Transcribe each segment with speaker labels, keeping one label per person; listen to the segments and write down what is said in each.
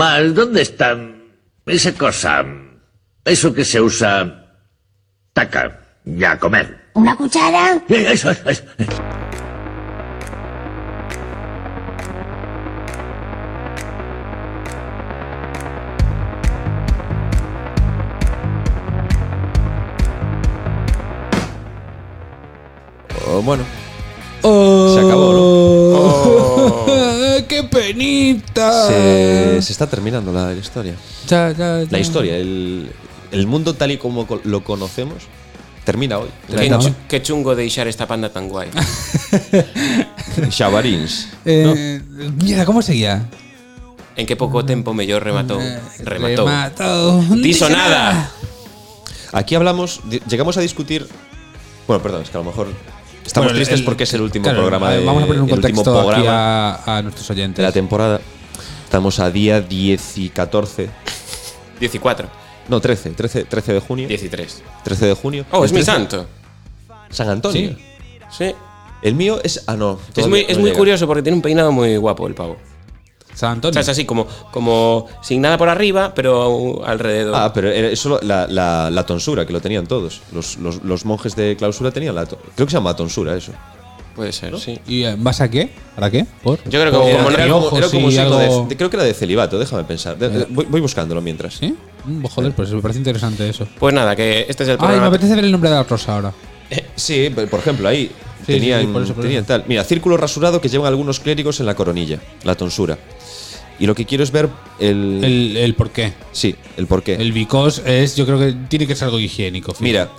Speaker 1: Mal, ¿dónde está esa cosa? Eso que se usa... Taca, ya, comer.
Speaker 2: ¿Una cuchara?
Speaker 1: Eh, Eso, eso, eso.
Speaker 3: O, bueno,
Speaker 4: Oh,
Speaker 3: Se acabó, ¿no? Oh.
Speaker 4: ¡Qué penita! Ah.
Speaker 3: se, se está terminando la historia.
Speaker 4: Ya, ya, ya.
Speaker 3: La historia, el, el mundo tal y como co- lo conocemos, termina hoy.
Speaker 5: Qué,
Speaker 4: Venga,
Speaker 5: chu-
Speaker 4: va.
Speaker 5: qué chungo de Ishar esta panda tan guay.
Speaker 3: Xabarins.
Speaker 4: Eh, Mira, ¿cómo seguía?
Speaker 5: En qué poco tiempo Mellor remató.
Speaker 4: Eh,
Speaker 5: Remató.
Speaker 4: Remató. No
Speaker 5: Diso
Speaker 4: dice
Speaker 5: nada.
Speaker 3: Aquí hablamos, di- llegamos a discutir. Bueno, perdón, es que a lo mejor estamos
Speaker 4: Bueno,
Speaker 3: tristes
Speaker 4: el-
Speaker 3: porque es el último
Speaker 4: Claro,
Speaker 3: programa
Speaker 4: eh,
Speaker 3: de,
Speaker 4: Vamos a poner un
Speaker 3: el último
Speaker 4: contexto aquí
Speaker 3: programa
Speaker 4: a, a nuestros
Speaker 3: de
Speaker 4: oyentes.
Speaker 3: la temporada. Estamos a día 10 y 14.
Speaker 5: 14,
Speaker 3: No, 13, 13, 13 de junio.
Speaker 5: 13.
Speaker 3: 13 de junio.
Speaker 5: Oh,
Speaker 3: El
Speaker 5: es mi
Speaker 3: 13,
Speaker 5: santo.
Speaker 3: San Antonio.
Speaker 4: Sí.
Speaker 5: Sí.
Speaker 3: El mío es. Ah, no.
Speaker 5: Es
Speaker 3: todavía
Speaker 5: muy,
Speaker 3: no
Speaker 5: es muy
Speaker 3: llega.
Speaker 5: curioso porque tiene un peinado muy guapo el pavo.
Speaker 4: San
Speaker 5: O
Speaker 4: Antonio.
Speaker 5: sea, es así como, como sin nada por arriba, pero alrededor.
Speaker 3: Ah, pero era solo la, la- la tonsura, que lo tenían todos. Los, los- los monjes de clausura tenían la to- Creo que se llama tonsura eso.
Speaker 5: Puede ser, sí.
Speaker 4: ¿Y eh, vas a qué? ¿Para qué? ¿Por?
Speaker 5: Yo creo que
Speaker 4: Era-
Speaker 5: como no
Speaker 3: era
Speaker 4: era
Speaker 3: como,
Speaker 4: ojos
Speaker 3: era como un
Speaker 4: y
Speaker 3: signo de-
Speaker 4: algo-
Speaker 3: de- Creo que era de celibato, déjame pensar. De- de- voy, voy buscándolo mientras.
Speaker 4: ¿Sí? Mm, Joder, pues me parece interesante eso.
Speaker 5: Pues nada, que este es el
Speaker 4: Ay, me
Speaker 5: programa.
Speaker 4: apetece ver el nombre de la rosa ahora.
Speaker 3: Eh, Sí, pero, por ejemplo, ahí
Speaker 4: Sí,
Speaker 3: tenían,
Speaker 4: sí, sí, por eso, por
Speaker 3: tenían
Speaker 4: eso.
Speaker 3: tal. Mira, círculo rasurado que llevan algunos clérigos en la coronilla, la tonsura. Y lo que quiero es ver el.
Speaker 4: El, el por qué.
Speaker 3: sí, el porqué.
Speaker 4: El Vicos es, yo creo que tiene que ser algo higiénico. fijo.
Speaker 3: Mira,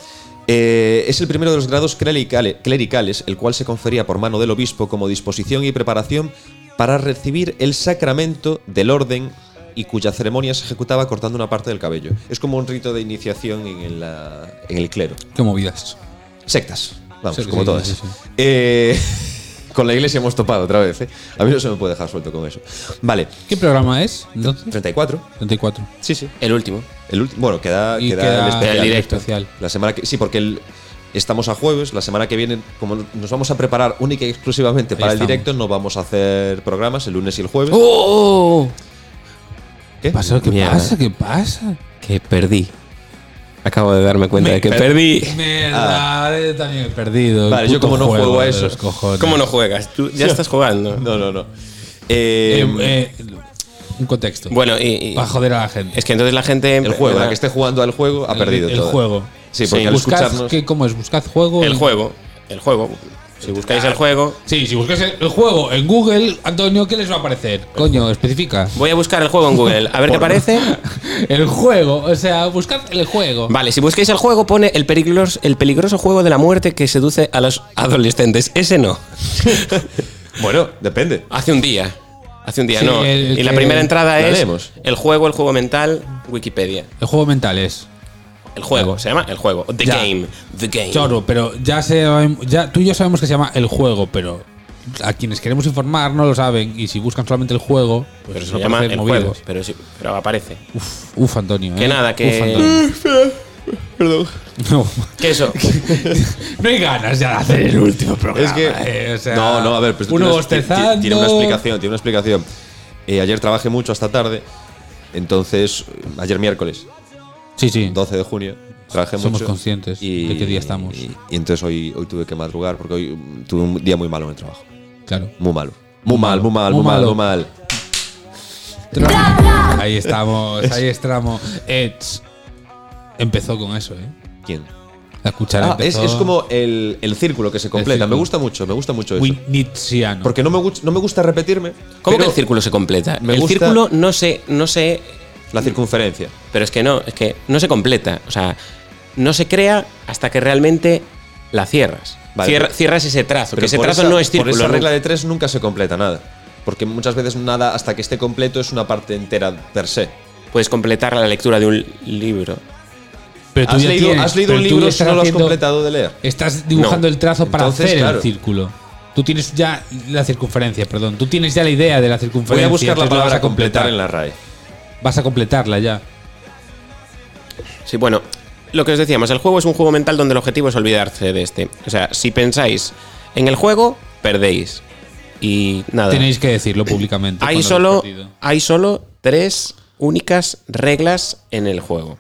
Speaker 3: eh, es el primero de los grados clericale- clericales, el cual se confería por mano del obispo como disposición y preparación para recibir el sacramento del orden y cuya ceremonia se ejecutaba cortando una parte del cabello. Es como un rito de iniciación en, la- en el clero.
Speaker 4: Qué movidas.
Speaker 3: Sectas, vamos,
Speaker 4: Sí, sí,
Speaker 3: como
Speaker 4: sí,
Speaker 3: todas.
Speaker 4: sí, sí.
Speaker 3: Eh, con la iglesia hemos topado otra vez. ¿eh? A mí no se me puede dejar suelto con eso. Vale,
Speaker 4: ¿Qué programa es? entonces?
Speaker 3: 34.
Speaker 4: 34.
Speaker 3: Sí, sí.
Speaker 5: El último.
Speaker 3: El último, bueno, queda,
Speaker 4: Y
Speaker 3: queda
Speaker 4: queda
Speaker 3: Ah, el especial.
Speaker 5: el directo.
Speaker 4: especial.
Speaker 3: La semana que sí, porque el- estamos a jueves, la semana que viene, como nos vamos a preparar única y exclusivamente para el
Speaker 4: estamos.
Speaker 3: directo, no vamos a hacer programas el lunes y el jueves.
Speaker 5: ¡Oh!
Speaker 3: ¿Qué?
Speaker 4: ¿Qué pasa? ¿Qué
Speaker 5: Mierda.
Speaker 4: pasa? ¿Qué pasa?
Speaker 5: Que perdí. Acabo de darme cuenta de que
Speaker 3: per-
Speaker 5: perdí.
Speaker 4: Mierda, yo también he perdido. el
Speaker 3: Ah. Vale, yo
Speaker 4: puto
Speaker 3: como no juego a
Speaker 4: de
Speaker 3: eso.
Speaker 4: los cojones.
Speaker 5: ¿Cómo no juegas? Tú ya estás jugando.
Speaker 3: No, no, no.
Speaker 4: Eh,
Speaker 3: Eh,
Speaker 4: eh, un contexto.
Speaker 5: Bueno, y, y-
Speaker 4: Para joder a la gente.
Speaker 5: es que entonces la gente.
Speaker 3: el juego, la
Speaker 5: ¿verdad?
Speaker 3: que esté jugando al juego ha
Speaker 4: El-
Speaker 3: perdido
Speaker 4: el
Speaker 3: todo.
Speaker 4: juego.
Speaker 3: Sí, porque
Speaker 5: Sí.
Speaker 3: al
Speaker 4: Buscad,
Speaker 3: escucharnos.
Speaker 4: ¿qué- ¿Cómo es? ¿Buscad juego?
Speaker 5: El juego. El juego. Si buscáis el juego.
Speaker 4: Sí, si buscáis el el juego en Google, Antonio, ¿qué les va a aparecer? Coño, especifica.
Speaker 5: Voy a buscar el juego en Google. A ver qué aparece.
Speaker 4: El juego, o sea, buscad el juego.
Speaker 5: Vale, si buscáis el juego, pone el peligroso, el peligroso juego de la muerte que seduce a los adolescentes. Ese no.
Speaker 3: Bueno, depende.
Speaker 4: Ah,
Speaker 5: Hace un día. Hace un día,
Speaker 4: Sí,
Speaker 5: no.
Speaker 4: el
Speaker 5: y la
Speaker 4: que-
Speaker 5: primera entrada
Speaker 3: La
Speaker 5: es
Speaker 3: leemos.
Speaker 5: el juego, el juego mental, Wikipedia.
Speaker 4: El juego mental es.
Speaker 5: El juego, se llama el juego. The
Speaker 4: Ya.
Speaker 5: Game. The Game.
Speaker 4: Chorro, pero ya se ya tú y yo sabemos que se llama el juego, pero a quienes queremos informar no lo saben y si buscan solamente el juego, pues
Speaker 5: Pero se
Speaker 4: les
Speaker 5: llama
Speaker 4: aparecen
Speaker 5: el
Speaker 4: movidas.
Speaker 5: juego. Pero, sí, pero aparece.
Speaker 4: Uf, uf, Antonio.
Speaker 5: Que
Speaker 4: eh.
Speaker 5: nada, que-
Speaker 4: Uf, Antonio.
Speaker 3: Perdón.
Speaker 4: No,
Speaker 5: ¿Qué eso?
Speaker 4: no hay ganas ya de hacer el último programa.
Speaker 3: Es que.
Speaker 4: eh, o sea,
Speaker 3: no, no, a ver, pues
Speaker 4: uno
Speaker 3: tiene, ti-
Speaker 4: bostezando.
Speaker 3: ti- tiene una explicación, tiene una explicación. Eh, ayer trabajé mucho hasta tarde. Entonces, eh, ayer miércoles,
Speaker 4: Sí, sí.
Speaker 3: 12 de junio. Trabajé
Speaker 4: Somos
Speaker 3: mucho.
Speaker 4: conscientes de qué día estamos.
Speaker 3: Y, y entonces hoy, hoy tuve que madrugar porque hoy mm, tuve un día muy malo en el trabajo.
Speaker 4: Claro.
Speaker 3: Muy malo. Muy mal, muy mal,
Speaker 4: Muy
Speaker 3: muy mal,
Speaker 4: malo.
Speaker 3: muy mal.
Speaker 4: Ahí estamos, ahí estamos. Eh, tss. empezó con eso, ¿eh?
Speaker 3: ¿Quién?
Speaker 4: La cuchara
Speaker 3: Ah, es,
Speaker 4: empezó-
Speaker 3: es como el, el círculo que se completa. Me
Speaker 4: círculo.
Speaker 3: gusta mucho, me gusta mucho eso.
Speaker 4: Winnitsiano.
Speaker 3: Porque no me, gu- no me gusta repetirme.
Speaker 5: ¿Cómo
Speaker 3: pero
Speaker 5: que el círculo se completa?
Speaker 3: me
Speaker 5: el
Speaker 3: gusta-
Speaker 5: círculo no se, no se.
Speaker 3: La circunferencia.
Speaker 5: Pero es que no, es que no se completa. O sea, no se crea hasta que realmente la cierras.
Speaker 3: Vale,
Speaker 5: Cierra-
Speaker 3: pero-
Speaker 5: cierras ese trazo.
Speaker 3: Pero
Speaker 5: Que ese
Speaker 3: por
Speaker 5: trazo
Speaker 3: esa-
Speaker 5: no es círculo.
Speaker 3: Por esa
Speaker 5: ¿no?
Speaker 3: regla de tres nunca se completa nada. Porque muchas veces nada hasta que esté completo es una parte entera per se.
Speaker 5: Puedes completar la lectura de un libro.
Speaker 4: Pero tú
Speaker 3: ¿Has
Speaker 4: ya
Speaker 3: leído,
Speaker 4: tienes-
Speaker 3: has leído
Speaker 4: pero
Speaker 3: un
Speaker 4: tú
Speaker 3: libro
Speaker 4: ya
Speaker 3: si
Speaker 4: estás
Speaker 3: no lo has
Speaker 4: haciendo-
Speaker 3: completado de leer?
Speaker 4: Estás dibujando
Speaker 5: No.
Speaker 4: el trazo para
Speaker 3: Entonces,
Speaker 4: hacer
Speaker 3: claro.
Speaker 4: el círculo. Tú tienes ya la circunferencia, perdón. Tú tienes ya la idea de la
Speaker 3: Voy
Speaker 4: circunferencia.
Speaker 3: a buscar la
Speaker 4: entonces
Speaker 3: palabra
Speaker 4: vas a
Speaker 3: completar en la RAE.
Speaker 4: Vas a completarla ya.
Speaker 5: Sí, bueno, lo que os decíamos, el juego es un juego mental donde el objetivo es olvidarse de este. O sea, si pensáis en el juego, perdéis. Y nada.
Speaker 4: Tenéis que decirlo públicamente.
Speaker 5: hay
Speaker 4: cuando
Speaker 5: solo
Speaker 4: habéis perdido.
Speaker 5: hay solo tres únicas reglas en el juego.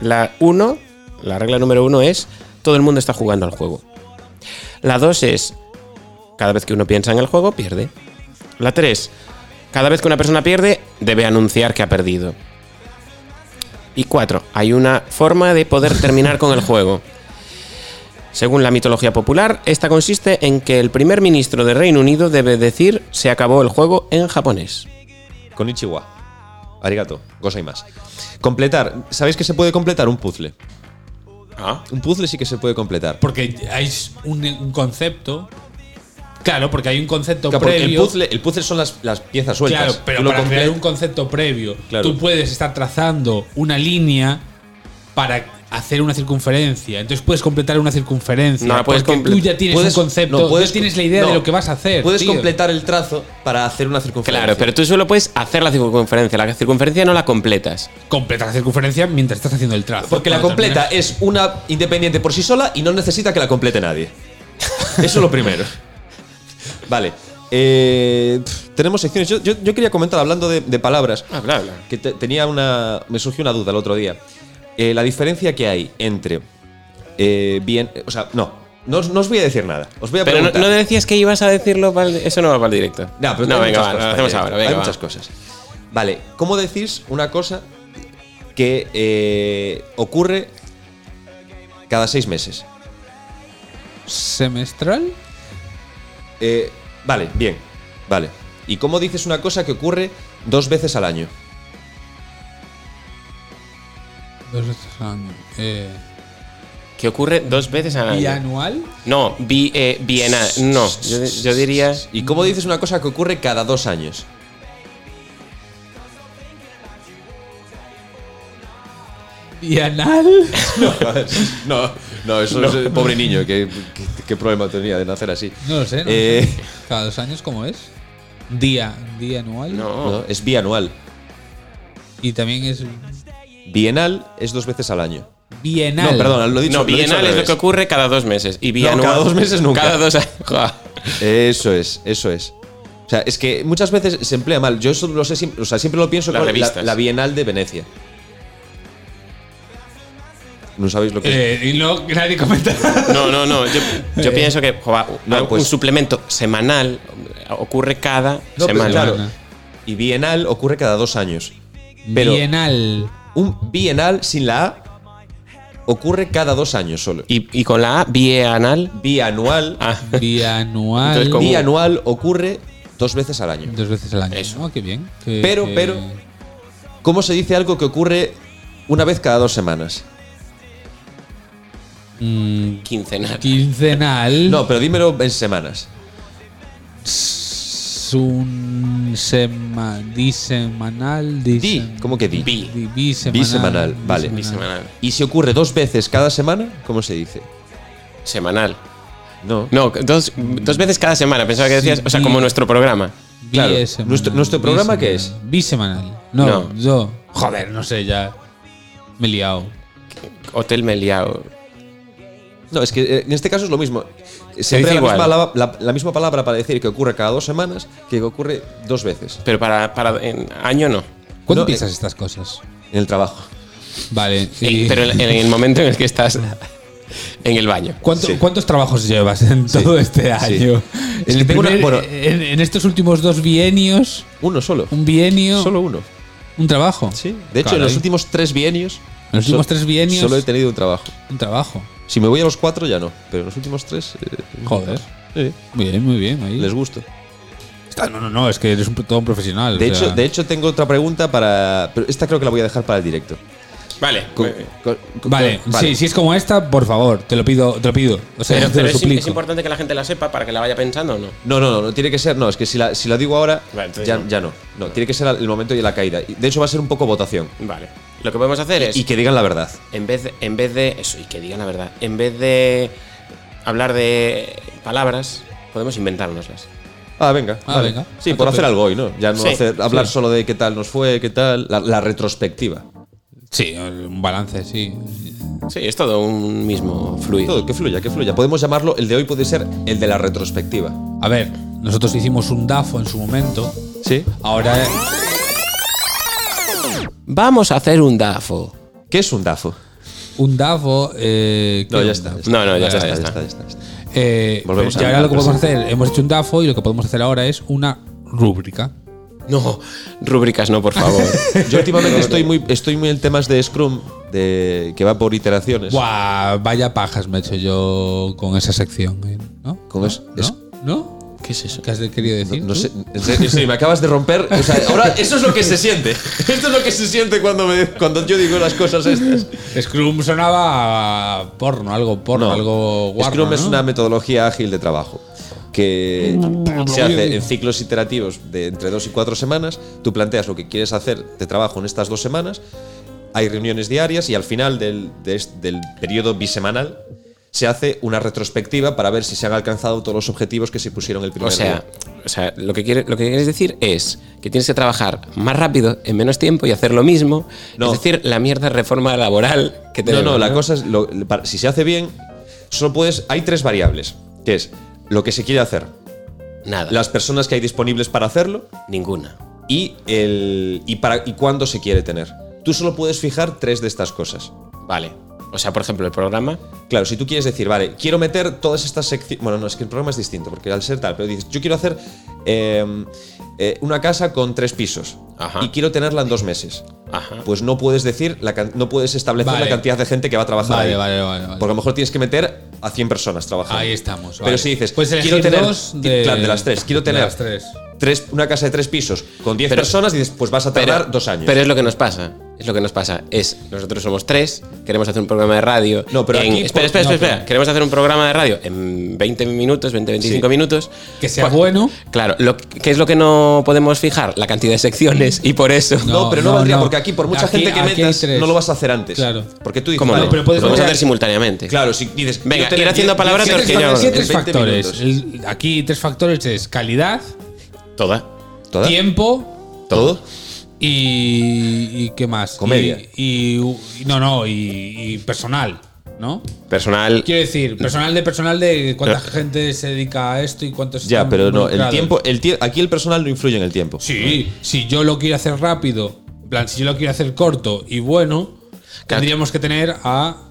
Speaker 5: La uno, la regla número uno es todo el mundo está jugando al juego. La dos es cada vez que uno piensa en el juego, pierde. La tres, cada vez que una persona pierde, debe anunciar que ha perdido. Y cuatro, hay una forma de poder terminar con el juego. Según la mitología popular, esta consiste en que el primer ministro de Reino Unido debe decir se acabó el juego en japonés.
Speaker 3: Con Ichiwa. Arigato. Cosa y más. Completar. ¿Sabéis que se puede completar un puzzle?
Speaker 5: Ah.
Speaker 3: Un puzzle sí que se puede completar.
Speaker 4: Porque hay un, un concepto. Claro, porque hay un concepto
Speaker 3: Claro, porque el
Speaker 4: previo.
Speaker 3: puzzle, el puzzle son las, las piezas sueltas.
Speaker 4: Claro, pero
Speaker 3: Tú lo
Speaker 4: para crear
Speaker 3: comple-
Speaker 4: un concepto previo,
Speaker 3: Claro.
Speaker 4: tú puedes estar trazando una línea para hacer una circunferencia. Entonces puedes completar una circunferencia.
Speaker 5: No la puedes
Speaker 4: porque tú
Speaker 5: completar.
Speaker 4: ya tienes
Speaker 3: puedes-
Speaker 4: un concepto,
Speaker 3: no, puedes-
Speaker 4: ya tienes la idea
Speaker 3: no,
Speaker 4: de lo que vas a hacer.
Speaker 3: Puedes
Speaker 4: tío.
Speaker 3: completar el trazo para hacer una circunferencia.
Speaker 5: Claro, pero tú solo puedes hacer la circunferencia. La circunferencia no la completas.
Speaker 4: Completa la circunferencia mientras estás haciendo el trazo.
Speaker 3: Porque la
Speaker 4: Cuando
Speaker 3: completa
Speaker 4: terminas-
Speaker 3: es una independiente por sí sola y no necesita que la complete nadie. Eso es lo primero. Vale. Eh, pf, tenemos secciones. Yo, yo- yo quería comentar, hablando de, de palabras,
Speaker 5: Habla, habla.
Speaker 3: que te- tenía una. Me surgió una duda el otro día. Eh, la diferencia que hay entre. eh, bien. O sea, no, no. os- no os voy a decir nada. Os voy a
Speaker 5: Pero no,
Speaker 3: preguntar.
Speaker 5: no decías que ibas a decirlo, para el- eso no va para el directo.
Speaker 3: No, pero hay
Speaker 5: venga,
Speaker 3: muchas
Speaker 5: va,
Speaker 3: cosas,
Speaker 5: lo hacemos
Speaker 3: Patrick.
Speaker 5: ahora. Venga,
Speaker 3: hay
Speaker 5: va.
Speaker 3: muchas cosas. Vale, ¿cómo decís una cosa que eh, ocurre cada seis meses?
Speaker 4: semestral.
Speaker 3: Eh, vale, bien, vale. ¿Y cómo dices una cosa que ocurre dos veces al año?
Speaker 4: Dos veces al año. Eh,
Speaker 5: Que ocurre dos veces
Speaker 3: Ah,
Speaker 5: al año.
Speaker 4: bianual.
Speaker 5: No, bi, eh, bienal. No, yo, yo diría.
Speaker 3: ¿Y cómo dices una cosa que ocurre cada dos años?
Speaker 4: Bienal.
Speaker 3: No, no, no, eso es eh, pobre niño, qué, qué, qué problema tenía de nacer así.
Speaker 4: No lo sé. no lo
Speaker 3: Eh,
Speaker 4: sé. Cada dos años, ¿cómo es? Día. Día anual.
Speaker 5: No.
Speaker 3: no, es bianual.
Speaker 4: Y también es
Speaker 3: Bienal es dos veces al año.
Speaker 4: bienal.
Speaker 3: No, perdón, lo he dicho.
Speaker 5: no,
Speaker 3: lo he dicho
Speaker 5: bienal
Speaker 3: al
Speaker 5: es lo
Speaker 3: revés.
Speaker 5: que ocurre cada dos meses. Y bianual.
Speaker 3: cada dos meses nunca.
Speaker 5: Cada dos años. Ja.
Speaker 3: Eso es, eso es. O sea, es que muchas veces se emplea mal. Yo eso lo sé, sim- o sea, siempre lo pienso
Speaker 5: Las
Speaker 3: con la,
Speaker 5: revistas.
Speaker 3: la Bienal de Venecia. No sabéis lo que es.
Speaker 4: Eh, y no, nadie comenta.
Speaker 5: No, no, no. Yo, yo pienso que jo, va,
Speaker 3: No,
Speaker 5: un
Speaker 3: Eh. pues-
Speaker 5: suplemento semanal ocurre cada
Speaker 3: No, pero
Speaker 5: semana.
Speaker 3: claro. Y Bienal ocurre cada dos años. Pero
Speaker 4: Bienal.
Speaker 3: un Bienal sin la A ocurre cada dos años solo.
Speaker 5: Y, y con la A, bienal.
Speaker 3: Bianual,
Speaker 5: Ah,
Speaker 4: Bianual.
Speaker 5: Entonces, ¿cómo?
Speaker 3: bianual ocurre dos veces al año.
Speaker 4: Dos veces al año.
Speaker 5: Eso.
Speaker 4: ¿no? qué bien. que-
Speaker 3: Pero,
Speaker 4: que-
Speaker 3: pero- ¿Cómo se dice algo que ocurre una vez cada dos semanas?
Speaker 4: Mm,
Speaker 5: quincenal.
Speaker 4: quincenal.
Speaker 3: No, pero dímelo en semanas.
Speaker 4: Sun sema, disemanal.
Speaker 3: Di,
Speaker 4: disem-
Speaker 3: ¿cómo que di?
Speaker 5: Bi.
Speaker 4: Di- bisemanal.
Speaker 3: Bisemanal, vale.
Speaker 4: bisemanal.
Speaker 5: Semanal.
Speaker 3: Y si ocurre dos veces cada semana, ¿cómo se dice?
Speaker 5: Semanal.
Speaker 3: No.
Speaker 5: No, dos, dos veces cada semana. Pensaba que
Speaker 4: Sí,
Speaker 5: decías, o sea,
Speaker 4: bi-
Speaker 5: como nuestro programa.
Speaker 3: Claro.
Speaker 4: Biesemanal,
Speaker 3: ¿Nuestro- nuestro programa qué es?
Speaker 4: Bisemanal. No,
Speaker 5: No.
Speaker 4: yo. Joder, no sé, ya. Me he liado.
Speaker 5: Hotel Meliao.
Speaker 3: No, es que eh, en este caso es lo mismo. Siempre
Speaker 5: dice
Speaker 3: la
Speaker 5: igual.
Speaker 3: misma, la- la- la misma palabra para decir que ocurre cada dos semanas que que ocurre dos veces
Speaker 5: Pero para, para en año no.
Speaker 3: No,
Speaker 4: ¿Cuándo
Speaker 3: eh,
Speaker 4: piensas estas cosas?
Speaker 3: en el trabajo.
Speaker 4: Vale.
Speaker 3: eh,
Speaker 5: En-
Speaker 4: y-
Speaker 5: pero en, en el momento en el que estás en el baño.
Speaker 4: ¿Cuánto-
Speaker 3: Sí.
Speaker 4: ¿Cuántos trabajos llevas en todo este año?
Speaker 3: Es
Speaker 4: En,
Speaker 3: que
Speaker 4: el
Speaker 3: tengo una-
Speaker 4: primer-
Speaker 3: bueno-
Speaker 4: en- en estos últimos dos bienios,
Speaker 3: Uno solo.
Speaker 4: un bienio,
Speaker 3: Solo uno.
Speaker 4: un trabajo.
Speaker 3: Sí. De hecho, en
Speaker 4: Caray,
Speaker 3: los últimos tres bienios.
Speaker 4: En los últimos tres bienios-
Speaker 3: Solo he tenido un trabajo.
Speaker 4: Un trabajo.
Speaker 3: Si me voy a los cuatro, ya no. Pero en los últimos tres. eh,
Speaker 4: Joder.
Speaker 3: sí,
Speaker 4: Bien, muy bien. ahí.
Speaker 3: les gusto.
Speaker 4: Está- no, no, no, es que eres un, todo un profesional.
Speaker 3: De
Speaker 4: o sea.
Speaker 3: hecho, de hecho, tengo otra pregunta para. Pero esta creo que la voy a dejar para el directo.
Speaker 5: Vale.
Speaker 3: Con- con- con-
Speaker 4: Vale, Sí, si es como esta, por favor, te lo pido, te lo pido. O sea,
Speaker 5: Pero,
Speaker 4: te
Speaker 5: Eh, pero
Speaker 4: lo
Speaker 5: es,
Speaker 4: suplico.
Speaker 5: es importante que la gente la sepa para que la vaya pensando o no.
Speaker 3: No, no, no, no tiene que ser, no, es que si la, si la digo ahora,
Speaker 5: Vale, entonces
Speaker 3: ya,
Speaker 5: no.
Speaker 3: ya no. No, tiene que ser el momento y la caída. Y, De hecho, va a ser un poco votación.
Speaker 5: Vale. Lo que podemos hacer es,
Speaker 3: Y que digan la verdad.
Speaker 5: en, vez, en vez de. Eso, y que digan la verdad. En vez de hablar de palabras, podemos inventárnoslas.
Speaker 3: Ah, venga.
Speaker 4: Ah,
Speaker 3: vale.
Speaker 4: venga.
Speaker 3: Sí,
Speaker 4: A
Speaker 3: por
Speaker 4: tope.
Speaker 3: hacer algo hoy, ¿no? Ya no
Speaker 5: Sí,
Speaker 3: hacer, hablar solo de qué tal nos fue, qué tal. La, la retrospectiva.
Speaker 4: Sí, un balance, sí.
Speaker 5: Sí, es todo un mismo fluido.
Speaker 3: Todo, que fluya, que fluya. Podemos llamarlo, el de hoy puede ser el de la retrospectiva.
Speaker 4: A ver, nosotros hicimos un DAFO en su momento.
Speaker 3: ¿Sí?
Speaker 4: Ahora.
Speaker 5: Vamos a hacer un dafo.
Speaker 3: ¿Qué es un dafo?
Speaker 4: Un DAFO. eh,
Speaker 3: No,
Speaker 4: ¿qué
Speaker 3: ya
Speaker 4: onda?
Speaker 3: está. Ah,
Speaker 5: No, no, ya está, ya
Speaker 3: ya
Speaker 5: está.
Speaker 3: está, ya está, ya está.
Speaker 4: Eh,
Speaker 3: Volvemos
Speaker 4: pero
Speaker 3: a
Speaker 4: ya ahora lo que
Speaker 3: la
Speaker 4: podemos hacer, hemos hecho un DAFO y lo que podemos hacer ahora es una rúbrica.
Speaker 5: No, rúbricas no, por favor.
Speaker 3: Yo últimamente estoy muy, estoy muy en temas de Scrum, de, que va por iteraciones.
Speaker 4: Buah, vaya pajas me he hecho yo con esa sección. eh, ¿No?
Speaker 3: Con es-
Speaker 4: ¿No?
Speaker 3: es-
Speaker 4: ¿No?
Speaker 5: ¿Qué es eso?
Speaker 4: ¿Qué has de- querido decir?
Speaker 3: No
Speaker 4: tú?
Speaker 3: sé, en serio, sí, me acabas de romper. o sea, ahora, eso es lo que se siente. Esto es lo que se siente cuando, me- cuando yo digo las cosas estas.
Speaker 4: Scrum sonaba a porno, algo porno,
Speaker 3: No.
Speaker 4: algo guarro.
Speaker 3: Scrum es
Speaker 4: ¿no?
Speaker 3: una metodología ágil de trabajo que se hace en ciclos iterativos de entre dos y cuatro semanas. Tú planteas lo que quieres hacer de trabajo en estas dos semanas. Hay reuniones diarias y al final del, de es- del periodo bisemanal se hace una retrospectiva para ver si se han alcanzado todos los objetivos que se pusieron el primer
Speaker 5: O sea,
Speaker 3: día.
Speaker 5: o sea lo, que quiere- lo que quieres decir es que tienes que trabajar más rápido, en menos tiempo y hacer lo mismo.
Speaker 3: No.
Speaker 5: Es decir, la mierda reforma laboral que
Speaker 3: No,
Speaker 5: tenemos.
Speaker 3: no, la cosa es, lo- para- si se hace bien, solo puedes, hay tres variables, que es lo que se quiere hacer,
Speaker 5: Nada,
Speaker 3: las personas que hay disponibles para hacerlo
Speaker 5: ninguna.
Speaker 3: y, el, y, para, y cuándo se quiere tener. Tú solo puedes fijar tres de estas cosas.
Speaker 5: Vale. O sea, por ejemplo, el programa.
Speaker 3: Claro, si tú quieres decir, vale, quiero meter todas estas secciones. Bueno, no, es que el programa es distinto, porque al ser tal, pero dices, yo quiero hacer eh, eh, una casa con tres pisos
Speaker 5: Ajá.
Speaker 3: y quiero tenerla en dos meses.
Speaker 5: Ajá.
Speaker 3: Pues no puedes decir, la can- no puedes establecer
Speaker 4: Vale.
Speaker 3: la cantidad de gente que va a trabajar
Speaker 4: Vale,
Speaker 3: ahí.
Speaker 4: vale, vale, vale.
Speaker 3: Porque a lo mejor tienes que meter a 100 personas trabajando.
Speaker 4: Ahí estamos.
Speaker 3: Pero
Speaker 4: vale.
Speaker 3: si dices,
Speaker 4: Puedes elegir
Speaker 3: quiero tener.
Speaker 4: dos de,
Speaker 3: claro, de las tres, quiero
Speaker 4: de
Speaker 3: tener
Speaker 4: las tres.
Speaker 3: tres- una casa de tres pisos con 10 personas, dices, pues vas a tardar dos años.
Speaker 5: Pero es lo que nos pasa. Es lo que nos pasa. Es, nosotros somos tres, queremos hacer un programa de radio.
Speaker 3: No, pero
Speaker 5: en-
Speaker 3: aquí-
Speaker 5: espera, espera,
Speaker 4: no,
Speaker 5: espera, espera.
Speaker 4: pero-
Speaker 5: Queremos hacer un programa de radio en 20 minutos, 20, 25 minutos.
Speaker 4: Que sea
Speaker 5: Pues,
Speaker 4: bueno.
Speaker 5: Claro, lo, ¿qué es lo que no podemos fijar? La cantidad de secciones y por eso.
Speaker 3: no,
Speaker 4: No,
Speaker 3: pero no,
Speaker 4: no,
Speaker 3: valdría,
Speaker 4: no.
Speaker 3: porque aquí, por mucha
Speaker 4: Aquí-
Speaker 3: gente que
Speaker 4: aquí hay
Speaker 3: metas,
Speaker 4: tres.
Speaker 3: no lo vas a hacer antes.
Speaker 4: Claro.
Speaker 3: Porque tú dices,
Speaker 5: ¿Cómo
Speaker 3: vale, pues
Speaker 5: no?
Speaker 4: pero puedes
Speaker 5: lo podemos
Speaker 4: meter-
Speaker 5: hacer simultáneamente.
Speaker 3: Claro, si dices.
Speaker 5: Venga,
Speaker 3: yo te-
Speaker 5: ir haciendo palabras
Speaker 3: siete
Speaker 5: que orqueñaban.
Speaker 3: factores,
Speaker 4: Aquí
Speaker 5: Sí,
Speaker 4: hay tres
Speaker 3: en 20
Speaker 4: factores.
Speaker 3: minutos.
Speaker 4: El- aquí tres factores es calidad,
Speaker 5: Toda.
Speaker 3: ¿Toda?
Speaker 4: tiempo
Speaker 3: ¿Todo?
Speaker 4: y, y ¿qué más?
Speaker 3: Comedia.
Speaker 4: Y, y- y- no, no, y, y personal, ¿no?
Speaker 5: Personal.
Speaker 4: Quiero decir, personal de personal de cuánta gente se dedica a esto y cuántos
Speaker 3: Ya,
Speaker 4: están
Speaker 3: pero no, el
Speaker 4: involucrados.
Speaker 3: tiempo, el tie- aquí el personal no influye en el tiempo.
Speaker 4: Sí, si yo lo quiero hacer rápido, en plan, si yo lo quiero hacer corto y bueno, tendríamos que tener a.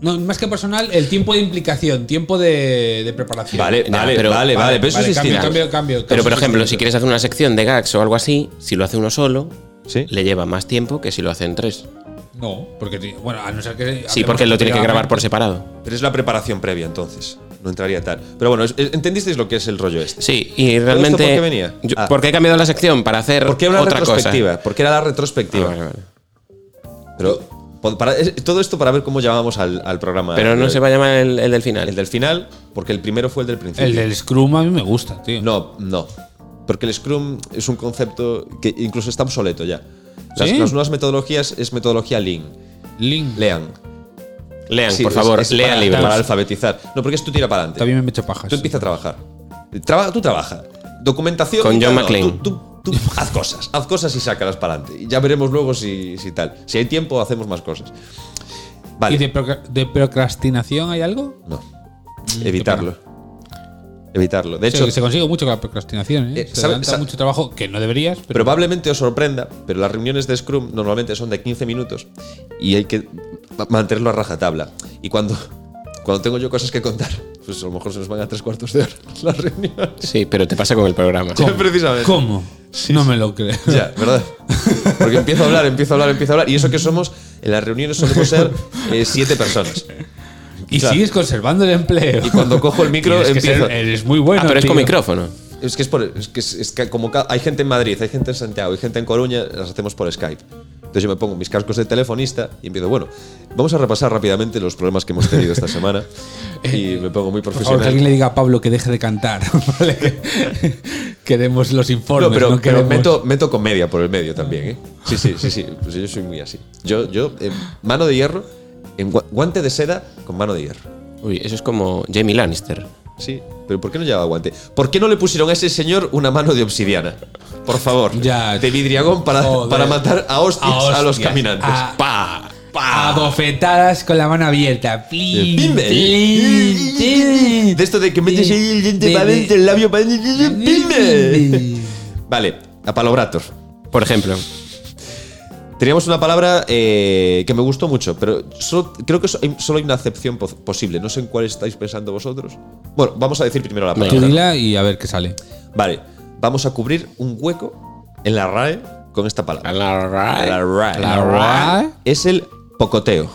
Speaker 4: No, más que personal, el tiempo de implicación, tiempo de, de preparación.
Speaker 3: Vale,
Speaker 5: Ya,
Speaker 3: vale,
Speaker 5: pero-
Speaker 3: vale, vale, pero eso
Speaker 4: vale,
Speaker 3: es
Speaker 4: cambio,
Speaker 3: distinto.
Speaker 4: cambio, cambio,
Speaker 5: Pero, por
Speaker 4: casos
Speaker 5: ejemplo, si
Speaker 4: distintos.
Speaker 5: quieres hacer una sección de gags o algo así, si lo hace uno solo,
Speaker 3: Sí.
Speaker 5: le lleva más tiempo que si lo hacen tres.
Speaker 4: No, porque. ti- Bueno, a no ser que.
Speaker 5: Sí, porque él lo tiene que grabar por separado.
Speaker 3: Pero es la preparación previa, entonces. No entraría tal. Pero bueno, es- ¿entendisteis lo que es el rollo este?
Speaker 5: Sí, y
Speaker 3: ¿Todo esto
Speaker 5: realmente.
Speaker 3: por qué venía?
Speaker 5: yo-
Speaker 3: Ah.
Speaker 5: Porque he cambiado la sección para hacer
Speaker 3: ¿Por qué era una
Speaker 5: otra cosa.
Speaker 3: retrospectiva? Porque era la
Speaker 5: Ah,
Speaker 3: retrospectiva.
Speaker 5: vale, vale.
Speaker 3: Pero po- para- es- todo esto para ver cómo llamamos al, al programa.
Speaker 5: Pero no
Speaker 3: El-
Speaker 5: se va a llamar el, el del final.
Speaker 3: El del final, porque el primero fue el del principio.
Speaker 4: El del Scrum a mí me gusta, tío.
Speaker 3: No, no. Porque el Scrum es un concepto que incluso está obsoleto ya. Las,
Speaker 4: ¿Sí?
Speaker 3: las nuevas metodologías es metodología Lean.
Speaker 4: Link.
Speaker 3: Lean.
Speaker 5: lean,
Speaker 3: Sí,
Speaker 5: por
Speaker 3: es-
Speaker 5: favor,
Speaker 3: es
Speaker 5: lean
Speaker 3: para,
Speaker 5: libros.
Speaker 3: Para alfabetizar. No, porque es tú tira para adelante.
Speaker 4: También me he hecho pajas.
Speaker 3: Tú empieza a trabajar. Trabaja, tú trabaja. Documentación.
Speaker 5: Con
Speaker 3: y tal,
Speaker 5: John
Speaker 3: no,
Speaker 5: McClane.
Speaker 3: Tú, tú- tú haz cosas. Haz cosas y sácalas para adelante. Y ya veremos luego si, si tal. Si hay tiempo, hacemos más cosas. Vale.
Speaker 4: ¿Y de, proca- de procrastinación hay algo?
Speaker 3: No.
Speaker 5: Mm,
Speaker 3: Evitarlo. Evitarlo. De
Speaker 4: Sí,
Speaker 3: hecho,
Speaker 4: que se consigue mucho con la procrastinación, ¿eh?
Speaker 3: Eh,
Speaker 4: se
Speaker 3: sabe-
Speaker 4: adelanta
Speaker 3: sa-
Speaker 4: mucho trabajo que no deberías, pero.
Speaker 3: probablemente os sorprenda, pero las reuniones de Scrum normalmente son de 15 minutos y hay que ma- mantenerlo a rajatabla. Y cuando, cuando tengo yo cosas que contar, pues a lo mejor se nos van a tres cuartos de hora las reuniones.
Speaker 5: Sí, pero te pasa con el programa.
Speaker 4: ¿Cómo?
Speaker 3: precisamente.
Speaker 4: ¿Cómo? no me lo creo.
Speaker 3: Ya, ¿verdad? Porque empiezo a hablar, empiezo a hablar, empiezo a hablar. Y eso que somos, en las reuniones solemos ser eh, siete personas.
Speaker 4: Y
Speaker 3: Claro.
Speaker 4: sigues conservando el empleo.
Speaker 3: Y cuando cojo el micro,
Speaker 4: Tienes que ser-
Speaker 3: empiezo.
Speaker 4: eres muy bueno.
Speaker 5: ah, pero es
Speaker 4: tío.
Speaker 5: con micrófono.
Speaker 3: Es que es por. Es que, es- es que como ca- hay gente en Madrid, hay gente en Santiago, hay gente en Coruña, las hacemos por Skype. Entonces yo me pongo mis cascos de telefonista y empiezo, bueno, vamos a repasar rápidamente los problemas que hemos tenido esta semana. Y me pongo muy
Speaker 4: Eh, Por favor, que
Speaker 3: profesional.
Speaker 4: alguien le diga a Pablo que deje de cantar. ¿vale? Que- queremos los informes.
Speaker 3: No, pero,
Speaker 4: no
Speaker 3: pero
Speaker 4: queremos-
Speaker 3: meto, meto comedia por el medio también, ¿eh? Sí, sí, sí, sí. Pues yo soy muy así. Yo, yo eh, mano de hierro, en gua- guante de seda con mano de hierro.
Speaker 5: Uy, eso es como Jamie Lannister.
Speaker 3: Sí, pero ¿por qué no llevaba guante? ¿Por qué no le pusieron a ese señor una mano de obsidiana? Por favor,
Speaker 4: Ya.
Speaker 3: de vidriagón para,
Speaker 4: Joder.
Speaker 3: para matar a hostias,
Speaker 4: A hostias.
Speaker 3: a los caminantes.
Speaker 4: A-
Speaker 5: ¡Pa!
Speaker 4: A bofetadas con la mano abierta. Plin,
Speaker 3: Pim,
Speaker 4: plin,
Speaker 3: eh.
Speaker 4: plin.
Speaker 3: De esto de que metes ahí el diente
Speaker 4: De-
Speaker 3: para
Speaker 4: de-
Speaker 3: adentro, el labio para adentro.
Speaker 4: de-
Speaker 3: pim, eh.
Speaker 4: de-
Speaker 3: Vale, a palobrator.
Speaker 5: Por ejemplo.
Speaker 3: Teníamos una palabra eh, que me gustó mucho, pero solo- creo que so- hay- solo hay una acepción pos- posible. No sé en cuál estáis pensando vosotros. Bueno, vamos a decir primero la
Speaker 5: Venga.
Speaker 3: palabra.
Speaker 4: Tú dila y a ver qué sale.
Speaker 3: Vale, vamos a cubrir un hueco en la RAE con esta palabra. La RAE.
Speaker 4: La RAE.
Speaker 3: Es el pocoteo.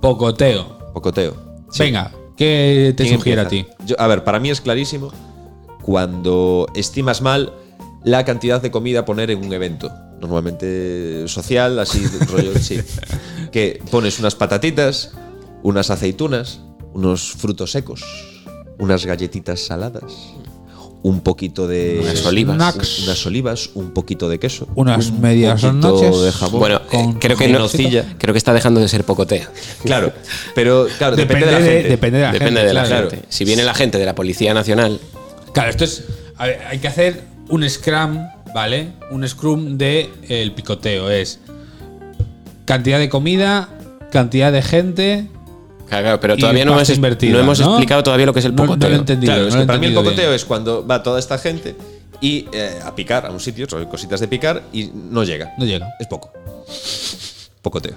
Speaker 4: Pocoteo.
Speaker 3: Pocoteo.
Speaker 4: Venga, ¿qué te
Speaker 3: ¿Quién
Speaker 4: sugiere
Speaker 3: empieza?
Speaker 4: a ti?
Speaker 3: Yo- a ver, para mí es clarísimo cuando estimas mal la cantidad de comida a poner en un evento. Normalmente social, así, rollo, sí. Que pones unas patatitas, unas aceitunas, unos frutos secos, unas galletitas saladas, un poquito de.
Speaker 5: Unas olivas.
Speaker 4: Snacks.
Speaker 3: Unas olivas, un poquito de queso.
Speaker 4: Ah, pues. Unas
Speaker 3: un
Speaker 4: medias
Speaker 3: poquito
Speaker 4: noches.
Speaker 3: de jamón.
Speaker 5: Bueno, eh,
Speaker 4: Con-
Speaker 5: creo, que
Speaker 4: con
Speaker 5: no,
Speaker 4: nocilla.
Speaker 5: creo que está dejando de ser pocoteo.
Speaker 3: Claro, pero claro, depende, de la gente.
Speaker 4: depende de la
Speaker 5: Depende
Speaker 4: gente.
Speaker 5: de la
Speaker 4: claro.
Speaker 5: gente. Si viene la gente de la Policía Nacional,
Speaker 4: Claro, esto es. a ver, hay que hacer un scrum, ¿vale? Un scrum de eh, el picoteo. Es cantidad de comida, cantidad de gente.
Speaker 5: Claro, claro, pero
Speaker 4: Y
Speaker 5: todavía no
Speaker 4: pasta
Speaker 5: hemos, es-
Speaker 4: invertida,
Speaker 5: no hemos
Speaker 4: ¿no?
Speaker 5: explicado todavía lo que es el
Speaker 4: No- no
Speaker 5: pocoteo.
Speaker 4: lo he entendido.
Speaker 3: Claro, es
Speaker 4: no
Speaker 3: que
Speaker 4: he
Speaker 3: para mí el
Speaker 4: entendido
Speaker 3: pocoteo
Speaker 4: bien.
Speaker 3: es cuando va toda esta gente y eh, a picar a un sitio, son cositas de picar y no llega.
Speaker 4: No llega.
Speaker 3: Es poco. Pocoteo.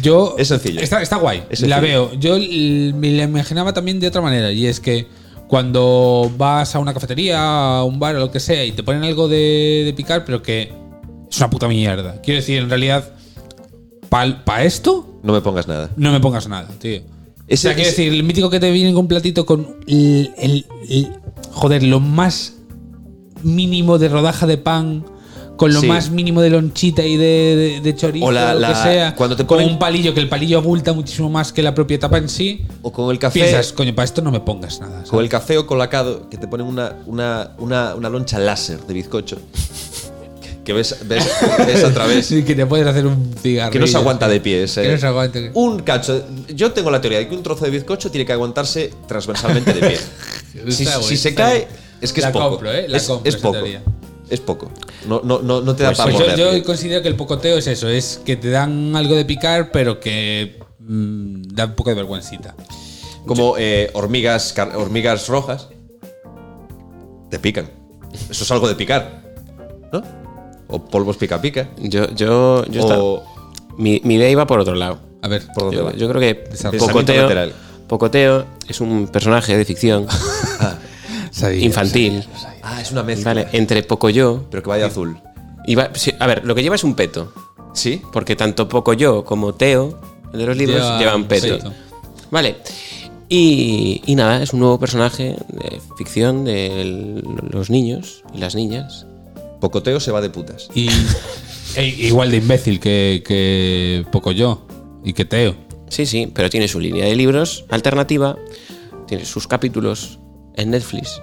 Speaker 4: Yo,
Speaker 3: Es sencillo.
Speaker 4: Está, está guay.
Speaker 3: Es
Speaker 4: la
Speaker 3: sencillo.
Speaker 4: veo. Yo l- me la imaginaba también de otra manera. Y es que cuando vas a una cafetería, a un bar o lo que sea, y te ponen algo de, de picar, pero que es una puta mierda. Quiero decir, en realidad, para esto,
Speaker 3: No me pongas nada.
Speaker 4: no me pongas nada, tío.
Speaker 3: Ese-
Speaker 4: o sea, quiero
Speaker 3: ese-
Speaker 4: decir, el mítico que te viene con un platito con el, el- el- joder, lo más mínimo de rodaja de pan, con lo
Speaker 3: Sí.
Speaker 4: más mínimo de lonchita y de, de- de chorizo,
Speaker 3: O la-
Speaker 4: lo que
Speaker 3: la-
Speaker 4: sea,
Speaker 3: cuando te
Speaker 4: con
Speaker 3: ponen-
Speaker 4: un palillo, que el palillo abulta muchísimo más que la propia tapa en sí.
Speaker 3: O con el café.
Speaker 4: Piensas, coño, para esto no me pongas nada.
Speaker 3: Con
Speaker 4: ¿sabes?
Speaker 3: el café o colacado, que te ponen una, una, una, una loncha láser de bizcocho. Que ves, ves, ves a través.
Speaker 4: Sí, que te puedes hacer un cigarro.
Speaker 3: Que no se aguanta de pie ese. eh.
Speaker 4: Que no se aguante.
Speaker 3: Un cacho. Yo tengo la teoría de que un trozo de bizcocho tiene que aguantarse transversalmente de pie. si, si
Speaker 4: Está guay,
Speaker 3: se
Speaker 4: está
Speaker 3: cae,
Speaker 4: guay.
Speaker 3: es que
Speaker 4: La
Speaker 3: es poco.
Speaker 4: compro, ¿eh? La
Speaker 3: es,
Speaker 4: compro
Speaker 3: es
Speaker 4: esa
Speaker 3: poco.
Speaker 4: teoría.
Speaker 3: Es poco. No, no, no, no te da para
Speaker 4: Pues yo,
Speaker 3: morder.
Speaker 4: yo considero que el pocoteo es eso, es que te dan algo de picar, pero que mm, da un poco de vergüencita.
Speaker 3: Como eh, hormigas, car- hormigas rojas. Te pican. Eso es algo de picar. ¿No? O polvos pica pica.
Speaker 5: Yo, yo, yo
Speaker 3: O-
Speaker 5: estaba- mi, mi idea iba por otro lado.
Speaker 4: A ver,
Speaker 3: ¿Por dónde
Speaker 5: Yo,
Speaker 3: va?
Speaker 5: yo creo que
Speaker 4: Pensamiento
Speaker 5: Pocoteo,
Speaker 3: lateral.
Speaker 5: Pocoteo es un personaje de ficción infantil,
Speaker 3: ah, es una mezcla.
Speaker 5: ¿vale? Entre Pocoyo
Speaker 3: Pero que vaya azul.
Speaker 5: y va- sí, a ver, lo que lleva es un peto,
Speaker 3: ¿Sí?
Speaker 5: porque tanto Pocoyo como Teo el de los libros
Speaker 4: Llevan
Speaker 5: llevan peto.
Speaker 4: peto.
Speaker 5: Vale. Y, y nada, es un nuevo personaje de ficción de el- los niños y las niñas.
Speaker 3: Pocoteo se va de putas.
Speaker 4: Y e- igual de imbécil que, que poco yo y que Teo.
Speaker 5: Sí, sí, pero tiene su línea de libros alternativa, tiene sus capítulos en Netflix.